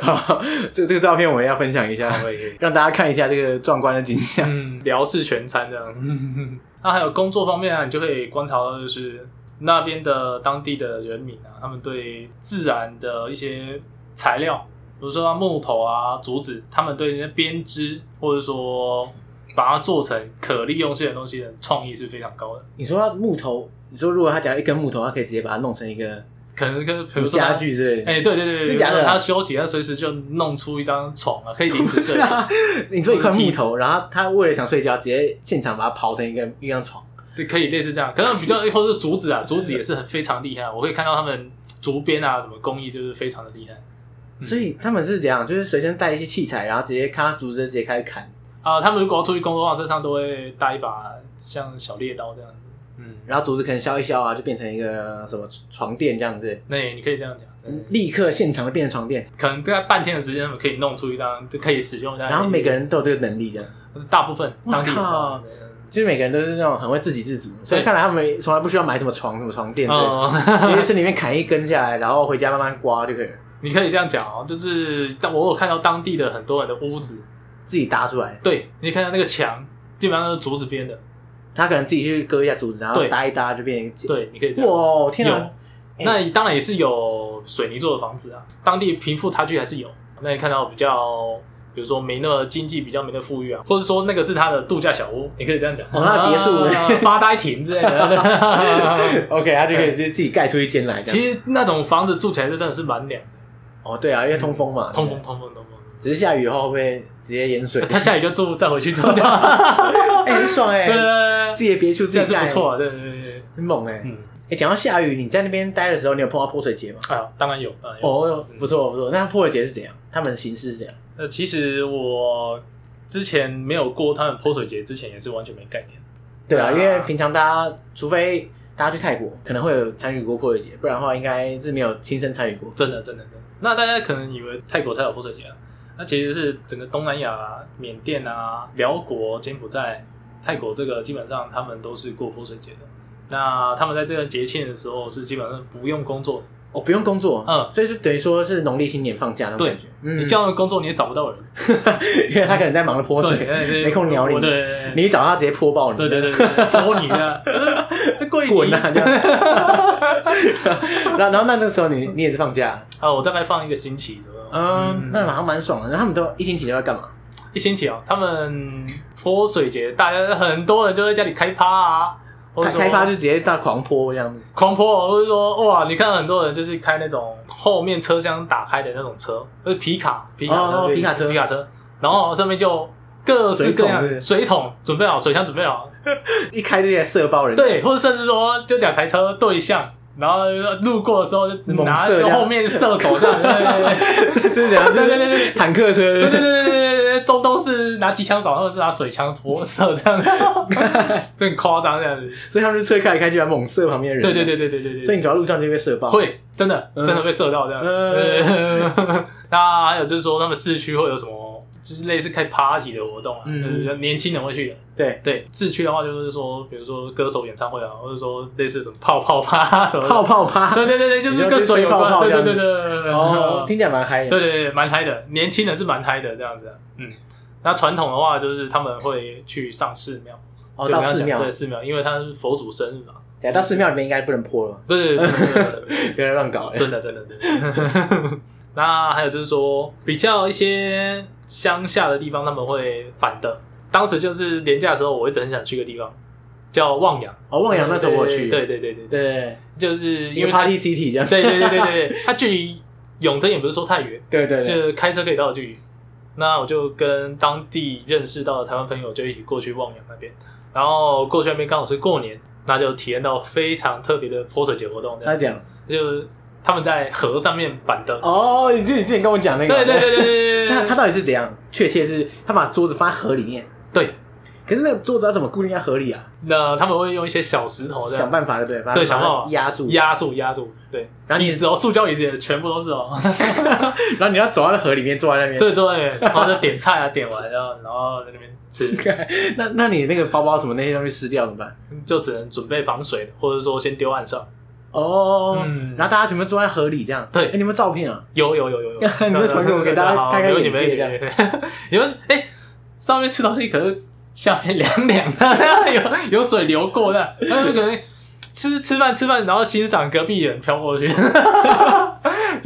Speaker 3: 好这这个照片我也要分享一下，让大家看一下这个壮观的景象。
Speaker 2: 嗯，辽式全餐这样。那、还有工作方面啊，你就可以观察到，就是那边的当地的人民啊，他们对自然的一些材料，比如说像木头啊、竹子，他们对那些编织或者说把它做成可利用性的东西的创意是非常高的。
Speaker 3: 你说木头，你说如果他假如一根木头，他可以直接把它弄成一个
Speaker 2: 可能跟比
Speaker 3: 什
Speaker 2: 如
Speaker 3: 么
Speaker 2: 说他
Speaker 3: 家具之类 的。
Speaker 2: 哎、对对对对，
Speaker 3: 真假的
Speaker 2: 比如说他休息，他随时就弄出一张床啊，可以临时睡
Speaker 3: 是。啊，你说一块木头，然后他为了想睡觉，直接现场把它刨成一个一张床。
Speaker 2: 对，可以类似这样，可能比较或者是竹子啊，竹子也是很非常厉害，我会看到他们竹编啊什么工艺就是非常的厉害
Speaker 3: 所以他们是怎样？就是随身带一些器材，然后直接看到竹子就直接开始砍，
Speaker 2: 啊、他们如果要出去工作的话，身上都会带一把像小猎刀这样子，嗯，
Speaker 3: 然后竹子可能削一削啊，就变成一个什么床垫这样子，
Speaker 2: 那也你可以这样讲，对
Speaker 3: 立刻现场就变成床垫，
Speaker 2: 可能大概半天的时间，他们可以弄出一张可以使用的，
Speaker 3: 然后每个人都有这个能力这样。
Speaker 2: 大部分
Speaker 3: 我
Speaker 2: 当地人
Speaker 3: 靠就是每个人都是那种很会自给自足，所以
Speaker 2: 对
Speaker 3: 看来他们从来不需要买什么床、什么床垫之类的，
Speaker 2: 嗯，
Speaker 3: 直接是里面砍一根下来，然后回家慢慢刮就可以了，
Speaker 2: 你可以这样讲哦，就是但我有看到当地的很多人的屋子，
Speaker 3: 自己搭出来。
Speaker 2: 对，你看到那个墙基本上都是竹子编的，
Speaker 3: 他可能自己去割一下竹子，然后
Speaker 2: 对
Speaker 3: 搭一搭就变成一个结。
Speaker 2: 对，你可以这样。
Speaker 3: 哇，天啊！哎
Speaker 2: 那当然也是有水泥做的房子啊，当地贫富差距还是有。那你看到比较，比如说没那么经济比较没那么富裕啊，或者说那个是他的度假小屋，你可以这样讲，
Speaker 3: 哦他的别墅
Speaker 2: 啊、发呆亭之类的。
Speaker 3: OK，他就可以直接自己盖出一间来。这样
Speaker 2: 其实那种房子住起来是真的是蛮凉的，
Speaker 3: 哦，对啊，因为通风嘛，
Speaker 2: 通风通风通风，？
Speaker 3: 只是下雨以后会不会直接淹水
Speaker 2: 他下雨就住再回去住 就好。
Speaker 3: 哎，很爽
Speaker 2: 对对
Speaker 3: 哎，
Speaker 2: 对
Speaker 3: 自己的别墅
Speaker 2: 这
Speaker 3: 自
Speaker 2: 样
Speaker 3: 己盖，
Speaker 2: 是不，错、啊，对对对对，
Speaker 3: 很猛哎。
Speaker 2: 嗯，
Speaker 3: 哎，讲到下雨，你在那边待的时候，你有碰到泼水节吗？
Speaker 2: 哎呀，当然有，当然有。
Speaker 3: 哦，不错不错。那泼水节是怎样？他们的形式是怎样？
Speaker 2: 那其实我之前没有过他们泼水节之前也是完全没概念。
Speaker 3: 对啊，
Speaker 2: 啊
Speaker 3: 因为平常大家，除非大家去泰国，可能会有参与过泼水节，不然的话应该是没有亲身参与过。
Speaker 2: 真的，真的，真的。那大家可能以为泰国才有泼水节啊，那其实是整个东南亚、缅甸啊、辽国、柬埔寨、泰国这个基本上他们都是过泼水节的。那他们在这个节庆的时候是基本上不用工作的，
Speaker 3: 哦，不用工作，
Speaker 2: 嗯
Speaker 3: 所以就等于说是农历新年放假那种感觉。嗯
Speaker 2: 你叫他们工作你也找不到人，
Speaker 3: 因为他可能在忙着泼
Speaker 2: 对，
Speaker 3: 水，
Speaker 2: 对对
Speaker 3: 没空鸟你
Speaker 2: 对对
Speaker 3: 你一找他直接泼爆你，
Speaker 2: 对对对对，泼你啊，跪你
Speaker 3: 滚啊！这 样然后然后那那时候你你也是放假，
Speaker 2: 啊！我大概放一个星期左右，
Speaker 3: 嗯，那好像蛮爽的。然后他们都一星期都在干嘛？
Speaker 2: 一星期哦，他们泼水节，大家很多人就在家里开趴啊，或者
Speaker 3: 开
Speaker 2: 说
Speaker 3: 开发就直接大狂泼这样子。
Speaker 2: 狂泼哦，或者说哇，你看很多人就是开那种后面车厢打开的那种车，就是皮卡皮卡车、
Speaker 3: 哦
Speaker 2: 对
Speaker 3: 皮卡车
Speaker 2: 皮卡车，然后上面就各式各样
Speaker 3: 水桶对
Speaker 2: 水桶准备好，水枪准备好，
Speaker 3: 一开就直接射爆人，，
Speaker 2: 对，或者甚至说就两台车对向。然后路过的时候就只拿
Speaker 3: 猛射这样
Speaker 2: 后面射手这样，对对
Speaker 3: 这是怎 样？
Speaker 2: 对对对对
Speaker 3: 坦克车，
Speaker 2: 对对对对对对对对对，中东是拿机枪扫，他们是拿水枪泼射这样，就很夸张这样子。
Speaker 3: 所以他们就车开来开去，还猛射旁边的人。
Speaker 2: 对对对对对对对，
Speaker 3: 所以你走在路上就被射爆。，
Speaker 2: 会真的真的被射到这样。
Speaker 3: 哦嗯
Speaker 2: 对 那还有就是说，他们市区会有什么，就是类似开 party 的活动啊，
Speaker 3: 嗯
Speaker 2: 就是年轻人会去的。
Speaker 3: 对，
Speaker 2: 对，市区的话就是说，比如说歌手演唱会啊，或者说类似什么泡泡趴什么的
Speaker 3: 泡。泡趴。
Speaker 2: 对对对对，就是跟水有
Speaker 3: 你
Speaker 2: 关。
Speaker 3: 说
Speaker 2: 对
Speaker 3: 就
Speaker 2: 对
Speaker 3: 是吹泡泡
Speaker 2: 对对对对。
Speaker 3: 哦，听起来蛮嗨的。
Speaker 2: 对对对，蛮嗨的，年轻人是蛮嗨的这样子啊、嗯，那传统的话就是他们会去上寺庙，
Speaker 3: 哦，
Speaker 2: 对
Speaker 3: 到
Speaker 2: 刚刚
Speaker 3: 寺
Speaker 2: 讲
Speaker 3: 庙
Speaker 2: 对，寺庙，因为他是佛祖生日嘛。
Speaker 3: 对，到寺庙里面应该不能泼了，
Speaker 2: 对对对对对对对。
Speaker 3: 不要乱搞。 欸
Speaker 2: 真的，真的，真的。 那还有就是说，比较一些乡下的地方，他们会反的。当时就是年假的时候，我一直很想去一个地方，叫望洋。
Speaker 3: 哦，望洋那时候我去，
Speaker 2: 对对对对对，
Speaker 3: 对，
Speaker 2: 就是
Speaker 3: 一
Speaker 2: 因
Speaker 3: 个
Speaker 2: 为它
Speaker 3: party city 这样。
Speaker 2: 对对对对对，它距离永贞也不是说太远，
Speaker 3: 对对对，
Speaker 2: 就开车可以到的距离。那我就跟当地认识到的台湾朋友就一起过去望洋那边，然后过去那边刚好是过年，那就体验到非常特别的泼水节活动，这
Speaker 3: 他
Speaker 2: 样
Speaker 3: 是这样。
Speaker 2: 就是他们在河上面板凳。
Speaker 3: 哦，你自己之前跟我讲那个。
Speaker 2: 对对对对对对，
Speaker 3: 他他到底是怎样？确切是他把桌子放在河里面，
Speaker 2: 对，
Speaker 3: 可是那个桌子要怎么固定在河里啊？
Speaker 2: 那他们会用一些小石头这
Speaker 3: 想
Speaker 2: 样
Speaker 3: 办法对不对？把它
Speaker 2: 哦啊对想办法
Speaker 3: 把它压住，
Speaker 2: 压住压住，对，
Speaker 3: 然后你
Speaker 2: 椅子哦，塑胶椅子也全部都 是哦，
Speaker 3: 然后你要走到那河里面，坐在那边。
Speaker 2: 对对，然后就点菜啊，点完然后然后在那边吃，
Speaker 3: 那那你那个包包什么那些东西湿掉怎么办？
Speaker 2: 就只能准备防水的，或者说先丢岸上。
Speaker 3: 哦，
Speaker 2: 嗯
Speaker 3: 然后大家全部坐在河里这样。
Speaker 2: 对
Speaker 3: 哎，你有没有照片啊？
Speaker 2: 有有有有有，
Speaker 3: 你再传给我给大家
Speaker 2: 好
Speaker 3: 开开
Speaker 2: 没问题
Speaker 3: 眼界这样
Speaker 2: 没问题没问题 你们哎，上面吃东西可是下面凉凉的， 有有水流过的，他们可能吃吃饭吃饭，然后欣赏隔壁人飘过去， 就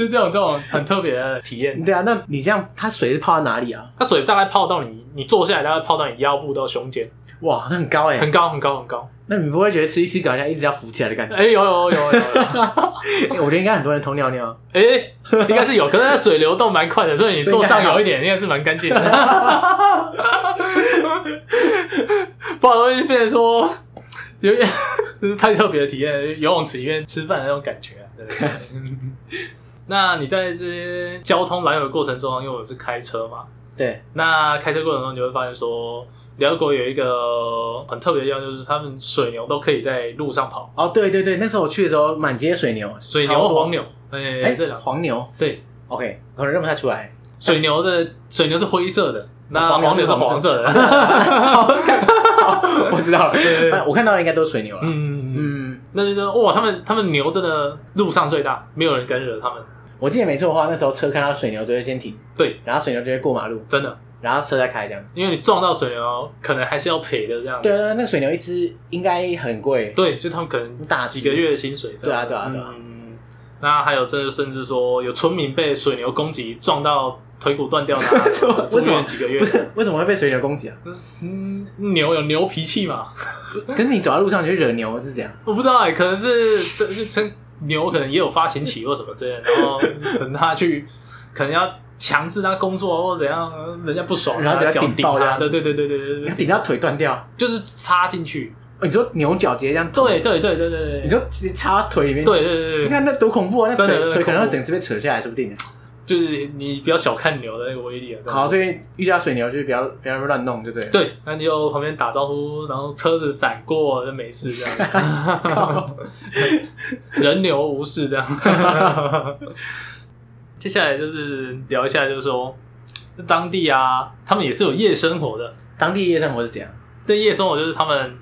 Speaker 2: 这种这种很特别的体验。
Speaker 3: 对啊，那你这样，它水是泡在哪里啊？
Speaker 2: 它水大概泡到你，你坐下来大概泡到你腰部到胸间，
Speaker 3: 哇，那很高哎、
Speaker 2: 很高很高很高。
Speaker 3: 那你不会觉得吃一吃搞像一直要浮起来的 感觉？
Speaker 2: 哎、有有有有有，
Speaker 3: 欸我觉得应该很多人偷尿尿，
Speaker 2: 哎、应该是 有，可是那水流动蛮快的，所以你坐上游一点，应该是蛮干净的。 不然会变成说，有点 这是太特别的体验，游泳池里面吃饭的那种感觉、啊。对不对 那你在这些交通来回的过程中，因为我是开车嘛，
Speaker 3: 对，
Speaker 2: 那开车过程中你会发现说，辽国有一个很特别的地方，就是他们水牛都可以在路上跑，
Speaker 3: 哦，对对对，那时候我去的时候满街水牛，
Speaker 2: 水
Speaker 3: 超
Speaker 2: 牛、
Speaker 3: 多
Speaker 2: 黄，牛，哎、
Speaker 3: 哎、
Speaker 2: 这两
Speaker 3: 黄牛
Speaker 2: 对。
Speaker 3: ，OK，可能认不太出 来，
Speaker 2: 水牛的水牛是灰色的，那
Speaker 3: 黄牛
Speaker 2: 黄牛
Speaker 3: 是
Speaker 2: 是黄
Speaker 3: 黄
Speaker 2: 色的。
Speaker 3: 哦我知道了，
Speaker 2: 对
Speaker 3: 反正我看到的应该都是水牛了，
Speaker 2: 嗯，嗯嗯
Speaker 3: 嗯，
Speaker 2: 那就是哇，他们他们牛真的路上最大，没有人敢惹他们。
Speaker 3: 我记得没错的话，那时候车看到水牛就会先停，
Speaker 2: 对，
Speaker 3: 然后水牛就会过马路，
Speaker 2: 真的，
Speaker 3: 然后车再开这样。
Speaker 2: 因为你撞到水牛，可能还是要赔的这样。
Speaker 3: 对啊，那个水牛一只应该很贵，
Speaker 2: 对，所以他们可能
Speaker 3: 大只
Speaker 2: 几个月的薪水这样。
Speaker 3: 对啊对啊对啊
Speaker 2: 嗯那还有，这甚至说有村民被水牛攻击，撞到腿骨断掉的啊
Speaker 3: 怎么，
Speaker 2: 住
Speaker 3: 为什么
Speaker 2: 院几个月
Speaker 3: 不。是为什么会被水牛攻击啊？
Speaker 2: 嗯，牛有牛脾气嘛？
Speaker 3: 可是你走在路上你就惹牛是怎样？
Speaker 2: 我不知道哎、可能是这这牛可能也有发情期或什么之类的，然后可能他去，可能要强制他工作或怎样，人家不爽，
Speaker 3: 然后给
Speaker 2: 他
Speaker 3: 他
Speaker 2: 脚
Speaker 3: 顶
Speaker 2: 顶
Speaker 3: 爆这
Speaker 2: 他，
Speaker 3: 样
Speaker 2: 对对对对对对
Speaker 3: 你要
Speaker 2: 对，
Speaker 3: 顶到腿断掉？
Speaker 2: 就是插进去，
Speaker 3: 哦你说牛角直接这样，
Speaker 2: 对对对对对对，
Speaker 3: 你就直接插到腿里面。
Speaker 2: 对，对对
Speaker 3: 你
Speaker 2: 对，
Speaker 3: 看那多恐怖啊！那
Speaker 2: 真的真
Speaker 3: 腿
Speaker 2: 的
Speaker 3: 腿可能
Speaker 2: 恐
Speaker 3: 会
Speaker 2: 怖
Speaker 3: 整只被扯下来，说不定呢。
Speaker 2: 就是你不要小看牛的那个威力啊。真的
Speaker 3: 好，所以遇到水牛就是不要不要乱弄，对不对？，
Speaker 2: 对，那你就旁边打招呼，然后车子闪过就没事这样，人流无视这样。 接下来就是聊一下，就是说当地啊，他们也是有夜生活的。
Speaker 3: 当地夜生活是怎样？
Speaker 2: 对，夜生活就是他们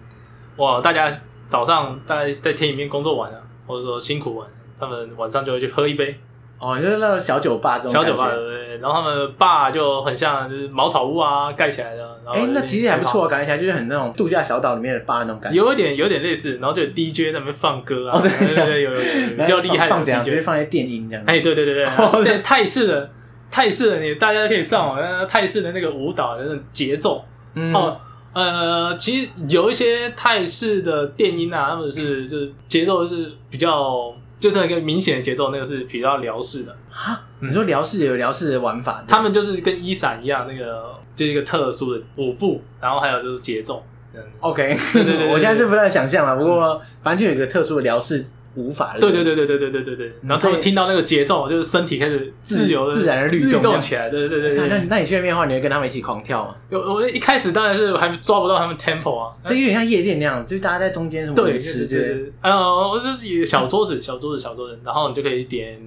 Speaker 2: 哇，大家早上大概在田里面工作完了，或者说辛苦完了，他们晚上就会去喝一杯
Speaker 3: 哦，就是那种小酒吧这种
Speaker 2: 小酒吧，
Speaker 3: 感
Speaker 2: 对
Speaker 3: 觉
Speaker 2: 不对？然后他们的坝就很像就是茅草屋啊盖起来的，然后
Speaker 3: 哎
Speaker 2: 就，
Speaker 3: 那
Speaker 2: 是
Speaker 3: 其实还不
Speaker 2: 很好
Speaker 3: 错，感觉起来就是很那种度假小岛里面的吧那种感觉。
Speaker 2: 有一点有点类似，然后就有 DJ 在那边放歌啊，
Speaker 3: 哦
Speaker 2: 对
Speaker 3: 真的
Speaker 2: 对对，有有有比较厉害
Speaker 3: 放放
Speaker 2: 的
Speaker 3: 怎样？直接
Speaker 2: DJ，
Speaker 3: 放一些电音这样。
Speaker 2: 哎，对对对对
Speaker 3: 哦
Speaker 2: 对，对泰式的泰式的你大家可以上网，呃泰式的那个舞蹈的那种节奏
Speaker 3: 嗯，
Speaker 2: 哦。呃，其实有一些泰式的电音啊，他们是就是节奏是比较，就是一个明显的节奏，那个是比较辽式的。
Speaker 3: 啊，你说辽视有辽视的玩法，
Speaker 2: 他们就是跟一闪一样，那个就是一个特殊的舞步，然后还有就是节奏。嗯
Speaker 3: OK，
Speaker 2: 对对对对
Speaker 3: 我现在是不太想象了，不过反正就有一个特殊的辽视舞法，
Speaker 2: 对对
Speaker 3: 对
Speaker 2: 对对对对对对对，
Speaker 3: 嗯
Speaker 2: 然后他
Speaker 3: 所
Speaker 2: 们
Speaker 3: 以
Speaker 2: 听到那个节奏，就是身体开始自由的
Speaker 3: 自自然而律动
Speaker 2: 动
Speaker 3: 这样哎
Speaker 2: 起来，对对对
Speaker 3: 看那
Speaker 2: 对
Speaker 3: 你
Speaker 2: 对。
Speaker 3: 那你去那边的话，你会跟他们一起狂跳吗？
Speaker 2: 有我一开始当然是还抓不到他们 tempo 啊，
Speaker 3: 这有点像夜店那样，就是大家在中间什么
Speaker 2: 对，
Speaker 3: 鱼吃
Speaker 2: 是对
Speaker 3: 之
Speaker 2: 对
Speaker 3: 类的。
Speaker 2: 对，呃，我就是一个小桌子小桌子小桌子，然后你就可以点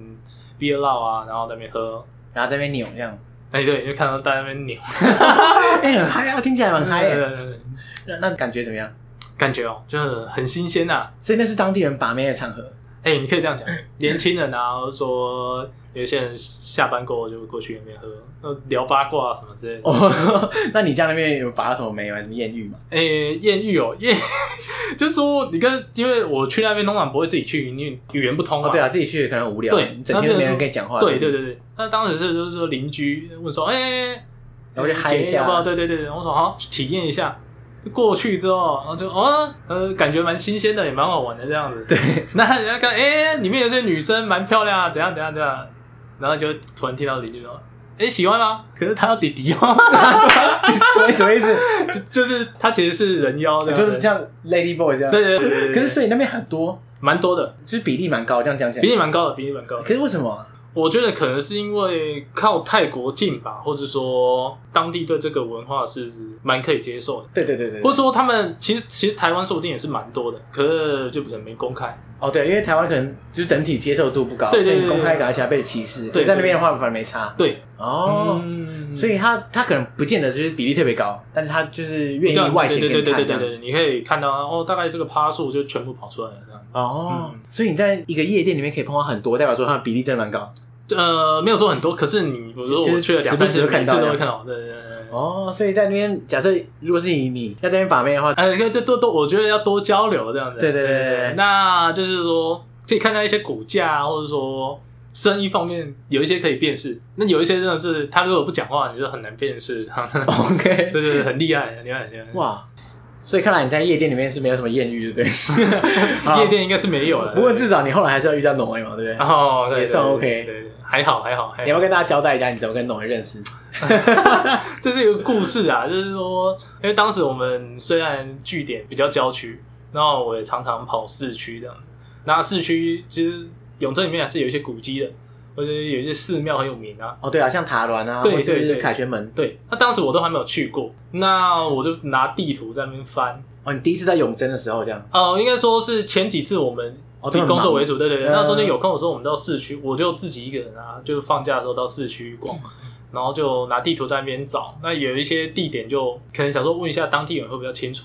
Speaker 2: beer 酪啊，然后在那边喝，
Speaker 3: 然后在那边扭这样，
Speaker 2: 哎对，你就看到大家在那边扭，
Speaker 3: 哎，很嗨啊，听起来蛮嗨
Speaker 2: 对
Speaker 3: 耶。
Speaker 2: 对对对，
Speaker 3: 那那感觉怎么样？
Speaker 2: 感觉哦，就很很新鲜呐。
Speaker 3: 所以那是当地人把妹的场合，
Speaker 2: 哎、你可以这 样讲，年轻人啊，或者说有一些人下班过后就会过去那边喝，呃聊八卦啊什么之类的。
Speaker 3: 哦， 那你家那边有把到什么妹吗？什么艳遇吗？
Speaker 2: 诶、艳遇哦， 艳，就是说你跟，因为我去那边通常不会自己去，因为语言不通嘛。
Speaker 3: 哦，对啊，自己去可能无聊，
Speaker 2: 对
Speaker 3: 你整天都没人跟你讲话。
Speaker 2: 对对对对。那当时是就是说邻居问说，哎、
Speaker 3: 要不就嗨一
Speaker 2: 姐要
Speaker 3: 下
Speaker 2: 不要？对对对对，我说好，去体验一下。过去之后，然后就哦，呃，感觉蛮新鲜的，也蛮好玩的这样子。
Speaker 3: 对，
Speaker 2: 那人家看，哎、里面有些女生蛮漂亮啊，怎样怎样怎样，然后就突然听到邻居说，哎、喜欢吗？可是他要弟 弟哦，
Speaker 3: 所以什么意思？
Speaker 2: 就就是他其实是人妖这样子，
Speaker 3: 就是像 Lady Boy 这样。
Speaker 2: 对对对对对对
Speaker 3: 可是所以那边很多，
Speaker 2: 蛮多的，
Speaker 3: 就是比例蛮高，这样讲起
Speaker 2: 比
Speaker 3: 来。
Speaker 2: 例蛮高的，比例蛮高
Speaker 3: 可
Speaker 2: 的。
Speaker 3: 是为什么啊？
Speaker 2: 我觉得可能是因为靠泰国近吧，或者说当地对这个文化是蛮可以接受的，
Speaker 3: 对对对对对。
Speaker 2: 或者说他们其实其实台湾说不定也是蛮多的，可是就可能没公开。
Speaker 3: 哦，对，因为台湾可能就是整体接受度不高，
Speaker 2: 对对
Speaker 3: 所
Speaker 2: 对
Speaker 3: 以公开搞起来被歧视。
Speaker 2: 对对
Speaker 3: 可是在那边的话反而没差。
Speaker 2: 对，
Speaker 3: 哦，
Speaker 2: 嗯
Speaker 3: 所以他他可能不见得就是比例特别高，但是他就是愿意外显
Speaker 2: 对
Speaker 3: 给你
Speaker 2: 对对
Speaker 3: 看
Speaker 2: 对
Speaker 3: 这
Speaker 2: 对
Speaker 3: 样。
Speaker 2: 对，你可以看到哦，大概这个趴数就全部跑出来了这样。
Speaker 3: 哦，
Speaker 2: 嗯
Speaker 3: 所以你在一个夜店里面可以碰到很多，代表说它的比例真的蛮高。
Speaker 2: 呃，没有说很多，可是你比如说
Speaker 3: 就
Speaker 2: 我
Speaker 3: 是
Speaker 2: 去了两
Speaker 3: 时不
Speaker 2: 三
Speaker 3: 时
Speaker 2: 次，
Speaker 3: 就
Speaker 2: 每
Speaker 3: 看
Speaker 2: 次
Speaker 3: 到
Speaker 2: 都
Speaker 3: 这样
Speaker 2: 会看到。对对对对。对
Speaker 3: 哦，所以在那边，假设如果是以你要在那边把妹的 话，
Speaker 2: 呃，这多多，我觉得要多交流这样子。
Speaker 3: 对对对对对
Speaker 2: 那就是说可以看到一些骨架啊，或者说声音方面有一些可以辨识，那有一些真的是 他如果不讲话，你就很难辨识他。
Speaker 3: OK，
Speaker 2: 这就是很厉害，很厉害，很厉害。？
Speaker 3: 哇，所以看来你在夜店里面是没有什么艳遇，对 不对
Speaker 2: 夜，店应该是没有了。
Speaker 3: 不过至少你后来还是要遇到农 A 嘛，对不对？
Speaker 2: 然后
Speaker 3: 也算 OK
Speaker 2: 对对，对还好还好还
Speaker 3: 你要不要
Speaker 2: 好。
Speaker 3: 跟大家交代一下你怎么跟农 A 认识？
Speaker 2: 这是一个故事啊， 就是说，因为当时我们虽然据点比较郊区，然后我也常常跑市区这样。那市区其实永镇里面还是有一些古迹的，或者有一些寺庙很有名啊。
Speaker 3: 哦，对啊，像塔峦啊，
Speaker 2: 对
Speaker 3: 或
Speaker 2: 对
Speaker 3: 是
Speaker 2: 对
Speaker 3: 凯旋门。
Speaker 2: 对，那当时我都还没有去过，那我就拿地图在那边翻。
Speaker 3: 哦，你第一次在永贞的时候这样，
Speaker 2: 哦，应该说是前几次我们
Speaker 3: 哦
Speaker 2: 以
Speaker 3: 这很
Speaker 2: 工作
Speaker 3: 忙
Speaker 2: 为主，对对对。
Speaker 3: 嗯
Speaker 2: 那中间有空的时候，我们到市区，我就自己一个人啊，就是放假的时候到市区逛，
Speaker 3: 嗯
Speaker 2: 然后就拿地图在那边找。那有一些地点就可能想说问一下当地人会比较清楚。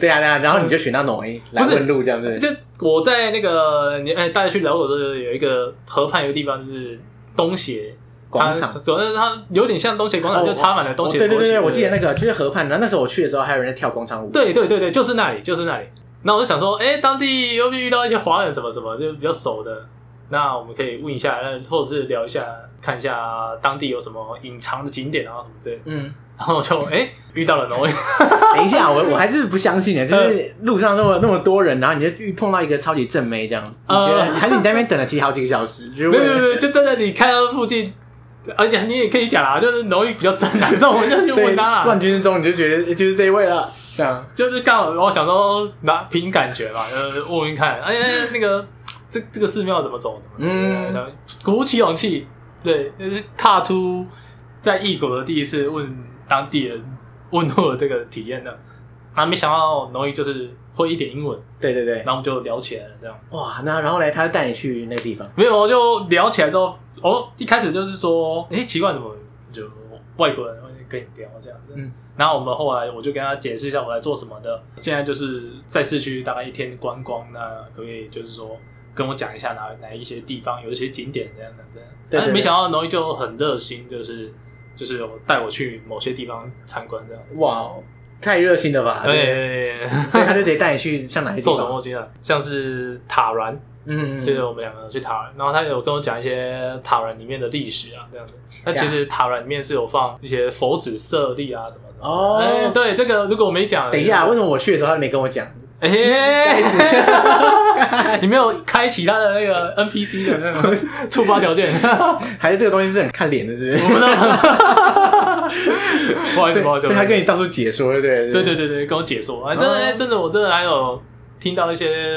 Speaker 3: 对啊，对啊，然后你就选到农 A 来
Speaker 2: 不是
Speaker 3: 问路这样子。
Speaker 2: 就我在那个你哎，大家去辽国的时候，有一个河畔有一个地方就是东协
Speaker 3: 广场
Speaker 2: 它主要是它有点像东协广场，
Speaker 3: 哦
Speaker 2: 就插满了东
Speaker 3: 哦
Speaker 2: 协
Speaker 3: 对对
Speaker 2: 国旗
Speaker 3: 对，我记得那个就是河畔，然后那时候我去的时候还有人在跳广场舞。
Speaker 2: 对对对对，就是那里，就是那里。那我就想说，哎、当地又遇到一些华人什么什么，就比较熟的，那我们可以问一下，那或者是聊一下，看一下当地有什么隐藏的景点啊什么之类的。
Speaker 3: 嗯，
Speaker 2: 然后我就哎、诶遇到了 挪威，
Speaker 3: 等一下，我我还是不相信
Speaker 2: 嗯
Speaker 3: 的，就是路上那么那么多人，然后你就遇碰到一个超级正妹这样，你觉得
Speaker 2: 呃
Speaker 3: 还是你在那边等了其实好几个小时，就是
Speaker 2: 没
Speaker 3: 为
Speaker 2: 有没有
Speaker 3: 了
Speaker 2: 没有，就站在你开到附近，而且你也可以讲啊，就是挪威比较正啊，所以我就去
Speaker 3: 所以
Speaker 2: 问他、
Speaker 3: 乱
Speaker 2: 啊，
Speaker 3: 军之中你就觉得哎就是这一位了，这样。
Speaker 2: 就是刚好我想说拿凭感觉嘛，就是问问看，哎、那个这这个寺庙怎么走怎么走，
Speaker 3: 嗯
Speaker 2: 想鼓起勇气，对，就是踏出在异国的第一次问当地人问路的这个体验呢。啊，没想到挪威就是会一点英文，
Speaker 3: 对对对
Speaker 2: 然，后我们就聊起来了，这样。
Speaker 3: 哇，那然后嘞，他就带你去那个地方，
Speaker 2: 没有，就聊起来之后，哦，一开始就是说，哎、奇怪，怎么就外国人会跟你聊这样子？
Speaker 3: 嗯
Speaker 2: 然后我们后来我就跟他解释一下我来做什么的，现在就是在市区大概一天观光，那可不可以就是说跟我讲一下哪哪一些地方有一些景点这样的这样？
Speaker 3: 对对
Speaker 2: 但是没
Speaker 3: 对
Speaker 2: 想到农一就很热心，就是就是有带我去某些地方参观这样。
Speaker 3: 哇哦，太热心了吧？
Speaker 2: 对对，对
Speaker 3: 所以他就直接带你去像哪些
Speaker 2: 对
Speaker 3: 地
Speaker 2: 受宠
Speaker 3: 方？
Speaker 2: 若惊啊，像是塔然，
Speaker 3: 嗯，嗯
Speaker 2: 就是我们两个去塔兰，然后他有跟我讲一些塔兰里面的历史啊，这
Speaker 3: 嗯
Speaker 2: 样子。那其实塔兰里面是有放一些佛指舍利啊什么的。
Speaker 3: 哦
Speaker 2: 哎对，这个如果我没讲，
Speaker 3: 等一下，为什么我去的时候他没跟我讲？
Speaker 2: 哎、你没有开启他的那个 NPC 的那个触发 条件，
Speaker 3: 还是这个东西是很看脸的，是 不是？
Speaker 2: 不好
Speaker 3: 所
Speaker 2: 意思，
Speaker 3: 以
Speaker 2: 不好意思，
Speaker 3: 所以他跟你到处解说，对不对？
Speaker 2: 对对对对，跟我解说，啊，真的、
Speaker 3: 哦
Speaker 2: 哎真的，我真的还有听到一些，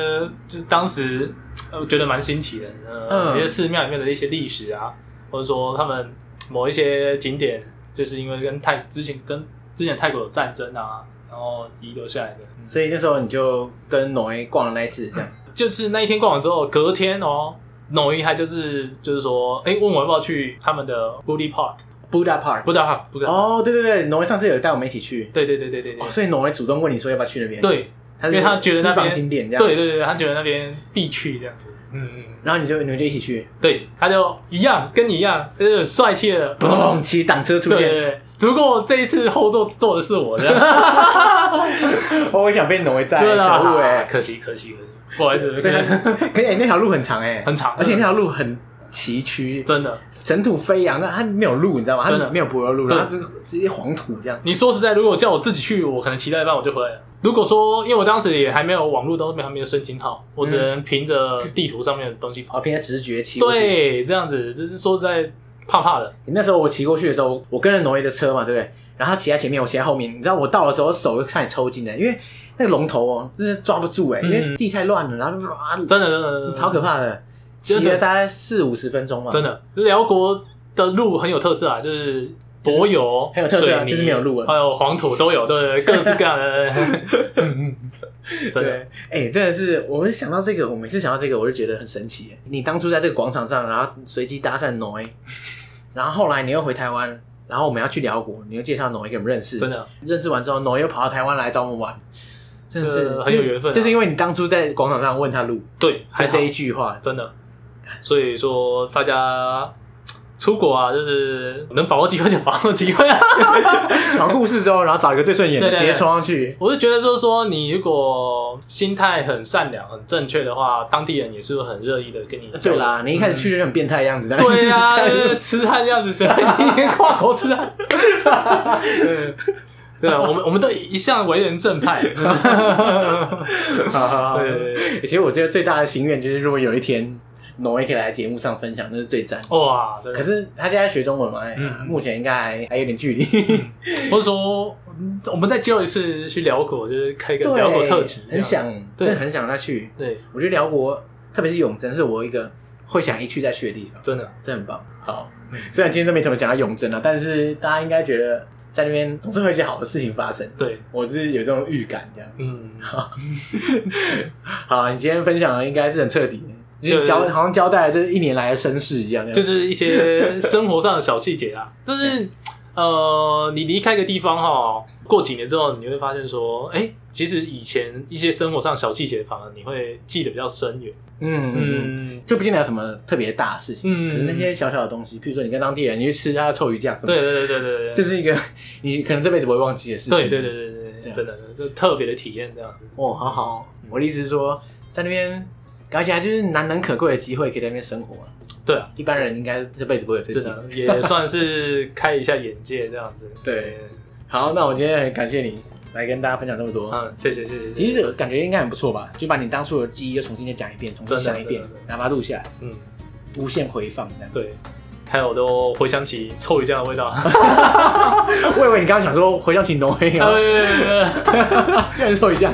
Speaker 2: 就是当时呃觉得蛮新奇的，呃，
Speaker 3: 嗯
Speaker 2: 一些寺庙里面的一些历史啊，或者说他们某一些景点，就是因为跟泰之前跟之前泰国有战争啊，然后遗留下来的。嗯
Speaker 3: 所以那时候你就跟农 A 逛了那一次， 这样。
Speaker 2: 就是那一天逛完之后，隔天哦，农一还就是就是说，哎、问我要不要去他们的 Booty Park，
Speaker 3: Buddha Park。
Speaker 2: 不知道 Park，不知道，
Speaker 3: 哦，对对对，农 A 上次有带我们一起去，
Speaker 2: 对对对对对对
Speaker 3: 哦，所以农 A 主动问你说要不要去那边？，
Speaker 2: 对
Speaker 3: 他是
Speaker 2: 因为他觉得那
Speaker 3: 私房
Speaker 2: 边
Speaker 3: 景点这样。
Speaker 2: 对对，对，他觉得那边必去这样子，嗯嗯。嗯
Speaker 3: 然后你就你们就一起 去，
Speaker 2: 对，他就一样跟你一样，就是帅气的，
Speaker 3: 嘣，骑挡车出
Speaker 2: 对对
Speaker 3: 现。
Speaker 2: 对。只不过这一次后座坐的是我的，
Speaker 3: 哦我也想被农 A 载，
Speaker 2: 对
Speaker 3: 可
Speaker 2: 啦，
Speaker 3: 恶哎！
Speaker 2: 可惜可惜可惜，不好意 思，
Speaker 3: 所以 他，可是哎那条路很长哎，
Speaker 2: 很长
Speaker 3: 而且那条路很崎岖，
Speaker 2: 真的。
Speaker 3: 尘土飞扬，那它没有路，你知道吗？
Speaker 2: 真
Speaker 3: 它
Speaker 2: 的
Speaker 3: 没有柏油路，
Speaker 2: 对
Speaker 3: 然后它是直接黄土这样。
Speaker 2: 你说实在，如果叫我自己去，我可能骑到一半我就回来了。如果说，因为我当时也还没有网络都没还没有申请好，我只能凭着地图上面的东西跑。
Speaker 3: 哦，凭着直觉骑过去。
Speaker 2: 对，这样子，就是说实在怕怕的。
Speaker 3: 那时候我骑过去的时候，我跟着挪威的车嘛，对不对？然后他骑在前面，我骑在后面。你知道我到的时候手就差点抽筋了，因为那个龙头哦，真是抓不住哎、
Speaker 2: 嗯
Speaker 3: 因为地太乱了，然后就哇，
Speaker 2: 真的真的真的，
Speaker 3: 超可怕的。骑
Speaker 2: 真的
Speaker 3: 了大概四五十分钟嘛，
Speaker 2: 真的，辽国的路很有特色啊，就是柏油、
Speaker 3: 很有特色啊
Speaker 2: 水泥
Speaker 3: 就是没有路了
Speaker 2: 还有黄土都有，对，各式各样 的。嗯嗯，
Speaker 3: 对，
Speaker 2: 真的，
Speaker 3: 哎、真的是，我们想到这个，我每次想到这个，我就觉得很神奇。你当初在这个广场上，然后随机搭讪挪威，然后后来你又回台湾，然后我们要去辽国，你又介绍挪威给我们认识，
Speaker 2: 真的，
Speaker 3: 认识完之后，挪威又跑到台湾来找我们玩，真的
Speaker 2: 这
Speaker 3: 是
Speaker 2: 很有缘分啊
Speaker 3: 就是因为你当初在广场上问他路，
Speaker 2: 对，还
Speaker 3: 还
Speaker 2: 这
Speaker 3: 这
Speaker 2: 一
Speaker 3: 一句话，
Speaker 2: 真的。所以说，大家出国啊，就是能把握机会就把握机会啊。
Speaker 3: 讲故事之后，然后找一个最顺眼的
Speaker 2: 对对
Speaker 3: 直
Speaker 2: 对
Speaker 3: 接冲上去。
Speaker 2: 我就觉得，就是说，你如果心态很善良、很正确的话，当地人也是会很乐意的跟你。
Speaker 3: 对，啦，你一开始去就很变态的样子， 但是
Speaker 2: 对 啊哎呀、
Speaker 3: 你
Speaker 2: 就是痴汉这样子，谁会跨国痴汉？ 对啊，我们我们都一向为人正 派。对对对，
Speaker 3: 其实我觉得最大的心愿就是，如果有一天挪威可以来节目上分享，那是最赞。
Speaker 2: 哇，对
Speaker 3: 可是他现在学中文嘛，哎
Speaker 2: 哦嗯
Speaker 3: 目前应该还还有点 距离。
Speaker 2: 或者说，嗯我们再揪一次去辽国，就是开一个
Speaker 3: 对，
Speaker 2: 辽国特辑，
Speaker 3: 很。想，
Speaker 2: 对
Speaker 3: 真的很想再去。
Speaker 2: 对，
Speaker 3: 我觉得辽国，特别是永贞，是我一个会想一去再去的地方，
Speaker 2: 真的，
Speaker 3: 真的很棒。
Speaker 2: 好，
Speaker 3: 虽然今天都没怎么讲到永贞啊，但是大家应该觉得在那边总是会有一些好的事情发生。
Speaker 2: 对，
Speaker 3: 我是有这种预感，这样。
Speaker 2: 嗯，
Speaker 3: 好，啊你今天分享的应该是很彻底的，就是
Speaker 2: 对
Speaker 3: 交好像交代了这一年来的身世一样，这样
Speaker 2: 就是一些生活上的小细节啦。 但是，呃，你离开一个地方哈，过几年之后，你会发现说，哎、其实以前一些生活上小细节，反而你会记得比较深远。
Speaker 3: 嗯嗯嗯，
Speaker 2: 嗯，
Speaker 3: 就不见得有什么特别大的事情，
Speaker 2: 嗯
Speaker 3: 可是那些小小的东西，譬如说你跟当地人你去吃他的臭鱼酱，
Speaker 2: 对，对对对对对，
Speaker 3: 这是一个你可能这辈子不会忘记的事情。
Speaker 2: 对对对对对
Speaker 3: 啊
Speaker 2: 对，真的，就特别的体验这样子。
Speaker 3: 哦，好好哦，
Speaker 2: 嗯
Speaker 3: 我的意思是说，在那边搞起来就是难能可贵的机会，可以在那边生活啊。
Speaker 2: 对啊，
Speaker 3: 一般人应该这辈子不会有这
Speaker 2: 真
Speaker 3: 机会。
Speaker 2: 的啊也算是开一下眼界这样子。
Speaker 3: 对，好，那我今天很感谢你来跟大家分享这么多。
Speaker 2: 嗯，谢谢谢谢，谢谢
Speaker 3: 其实我感觉应该很不错吧，就把你当初的记忆又重新再讲一遍，重新
Speaker 2: 真的
Speaker 3: 想一遍
Speaker 2: 真的，
Speaker 3: 哪怕录下来，
Speaker 2: 嗯，
Speaker 3: 无限回放这样。
Speaker 2: 对。还有，我都回想起臭鱼酱的味道。
Speaker 3: 我以为你刚刚想说回到请挪 威啊， 居然说一样。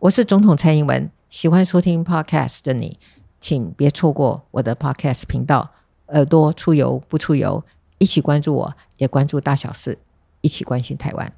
Speaker 4: 我是总统蔡英文，喜欢收听 podcast 的你，请别错过我的 podcast 频道。耳朵出游不出游，一起关注我，也关注大小事，一起关心台湾。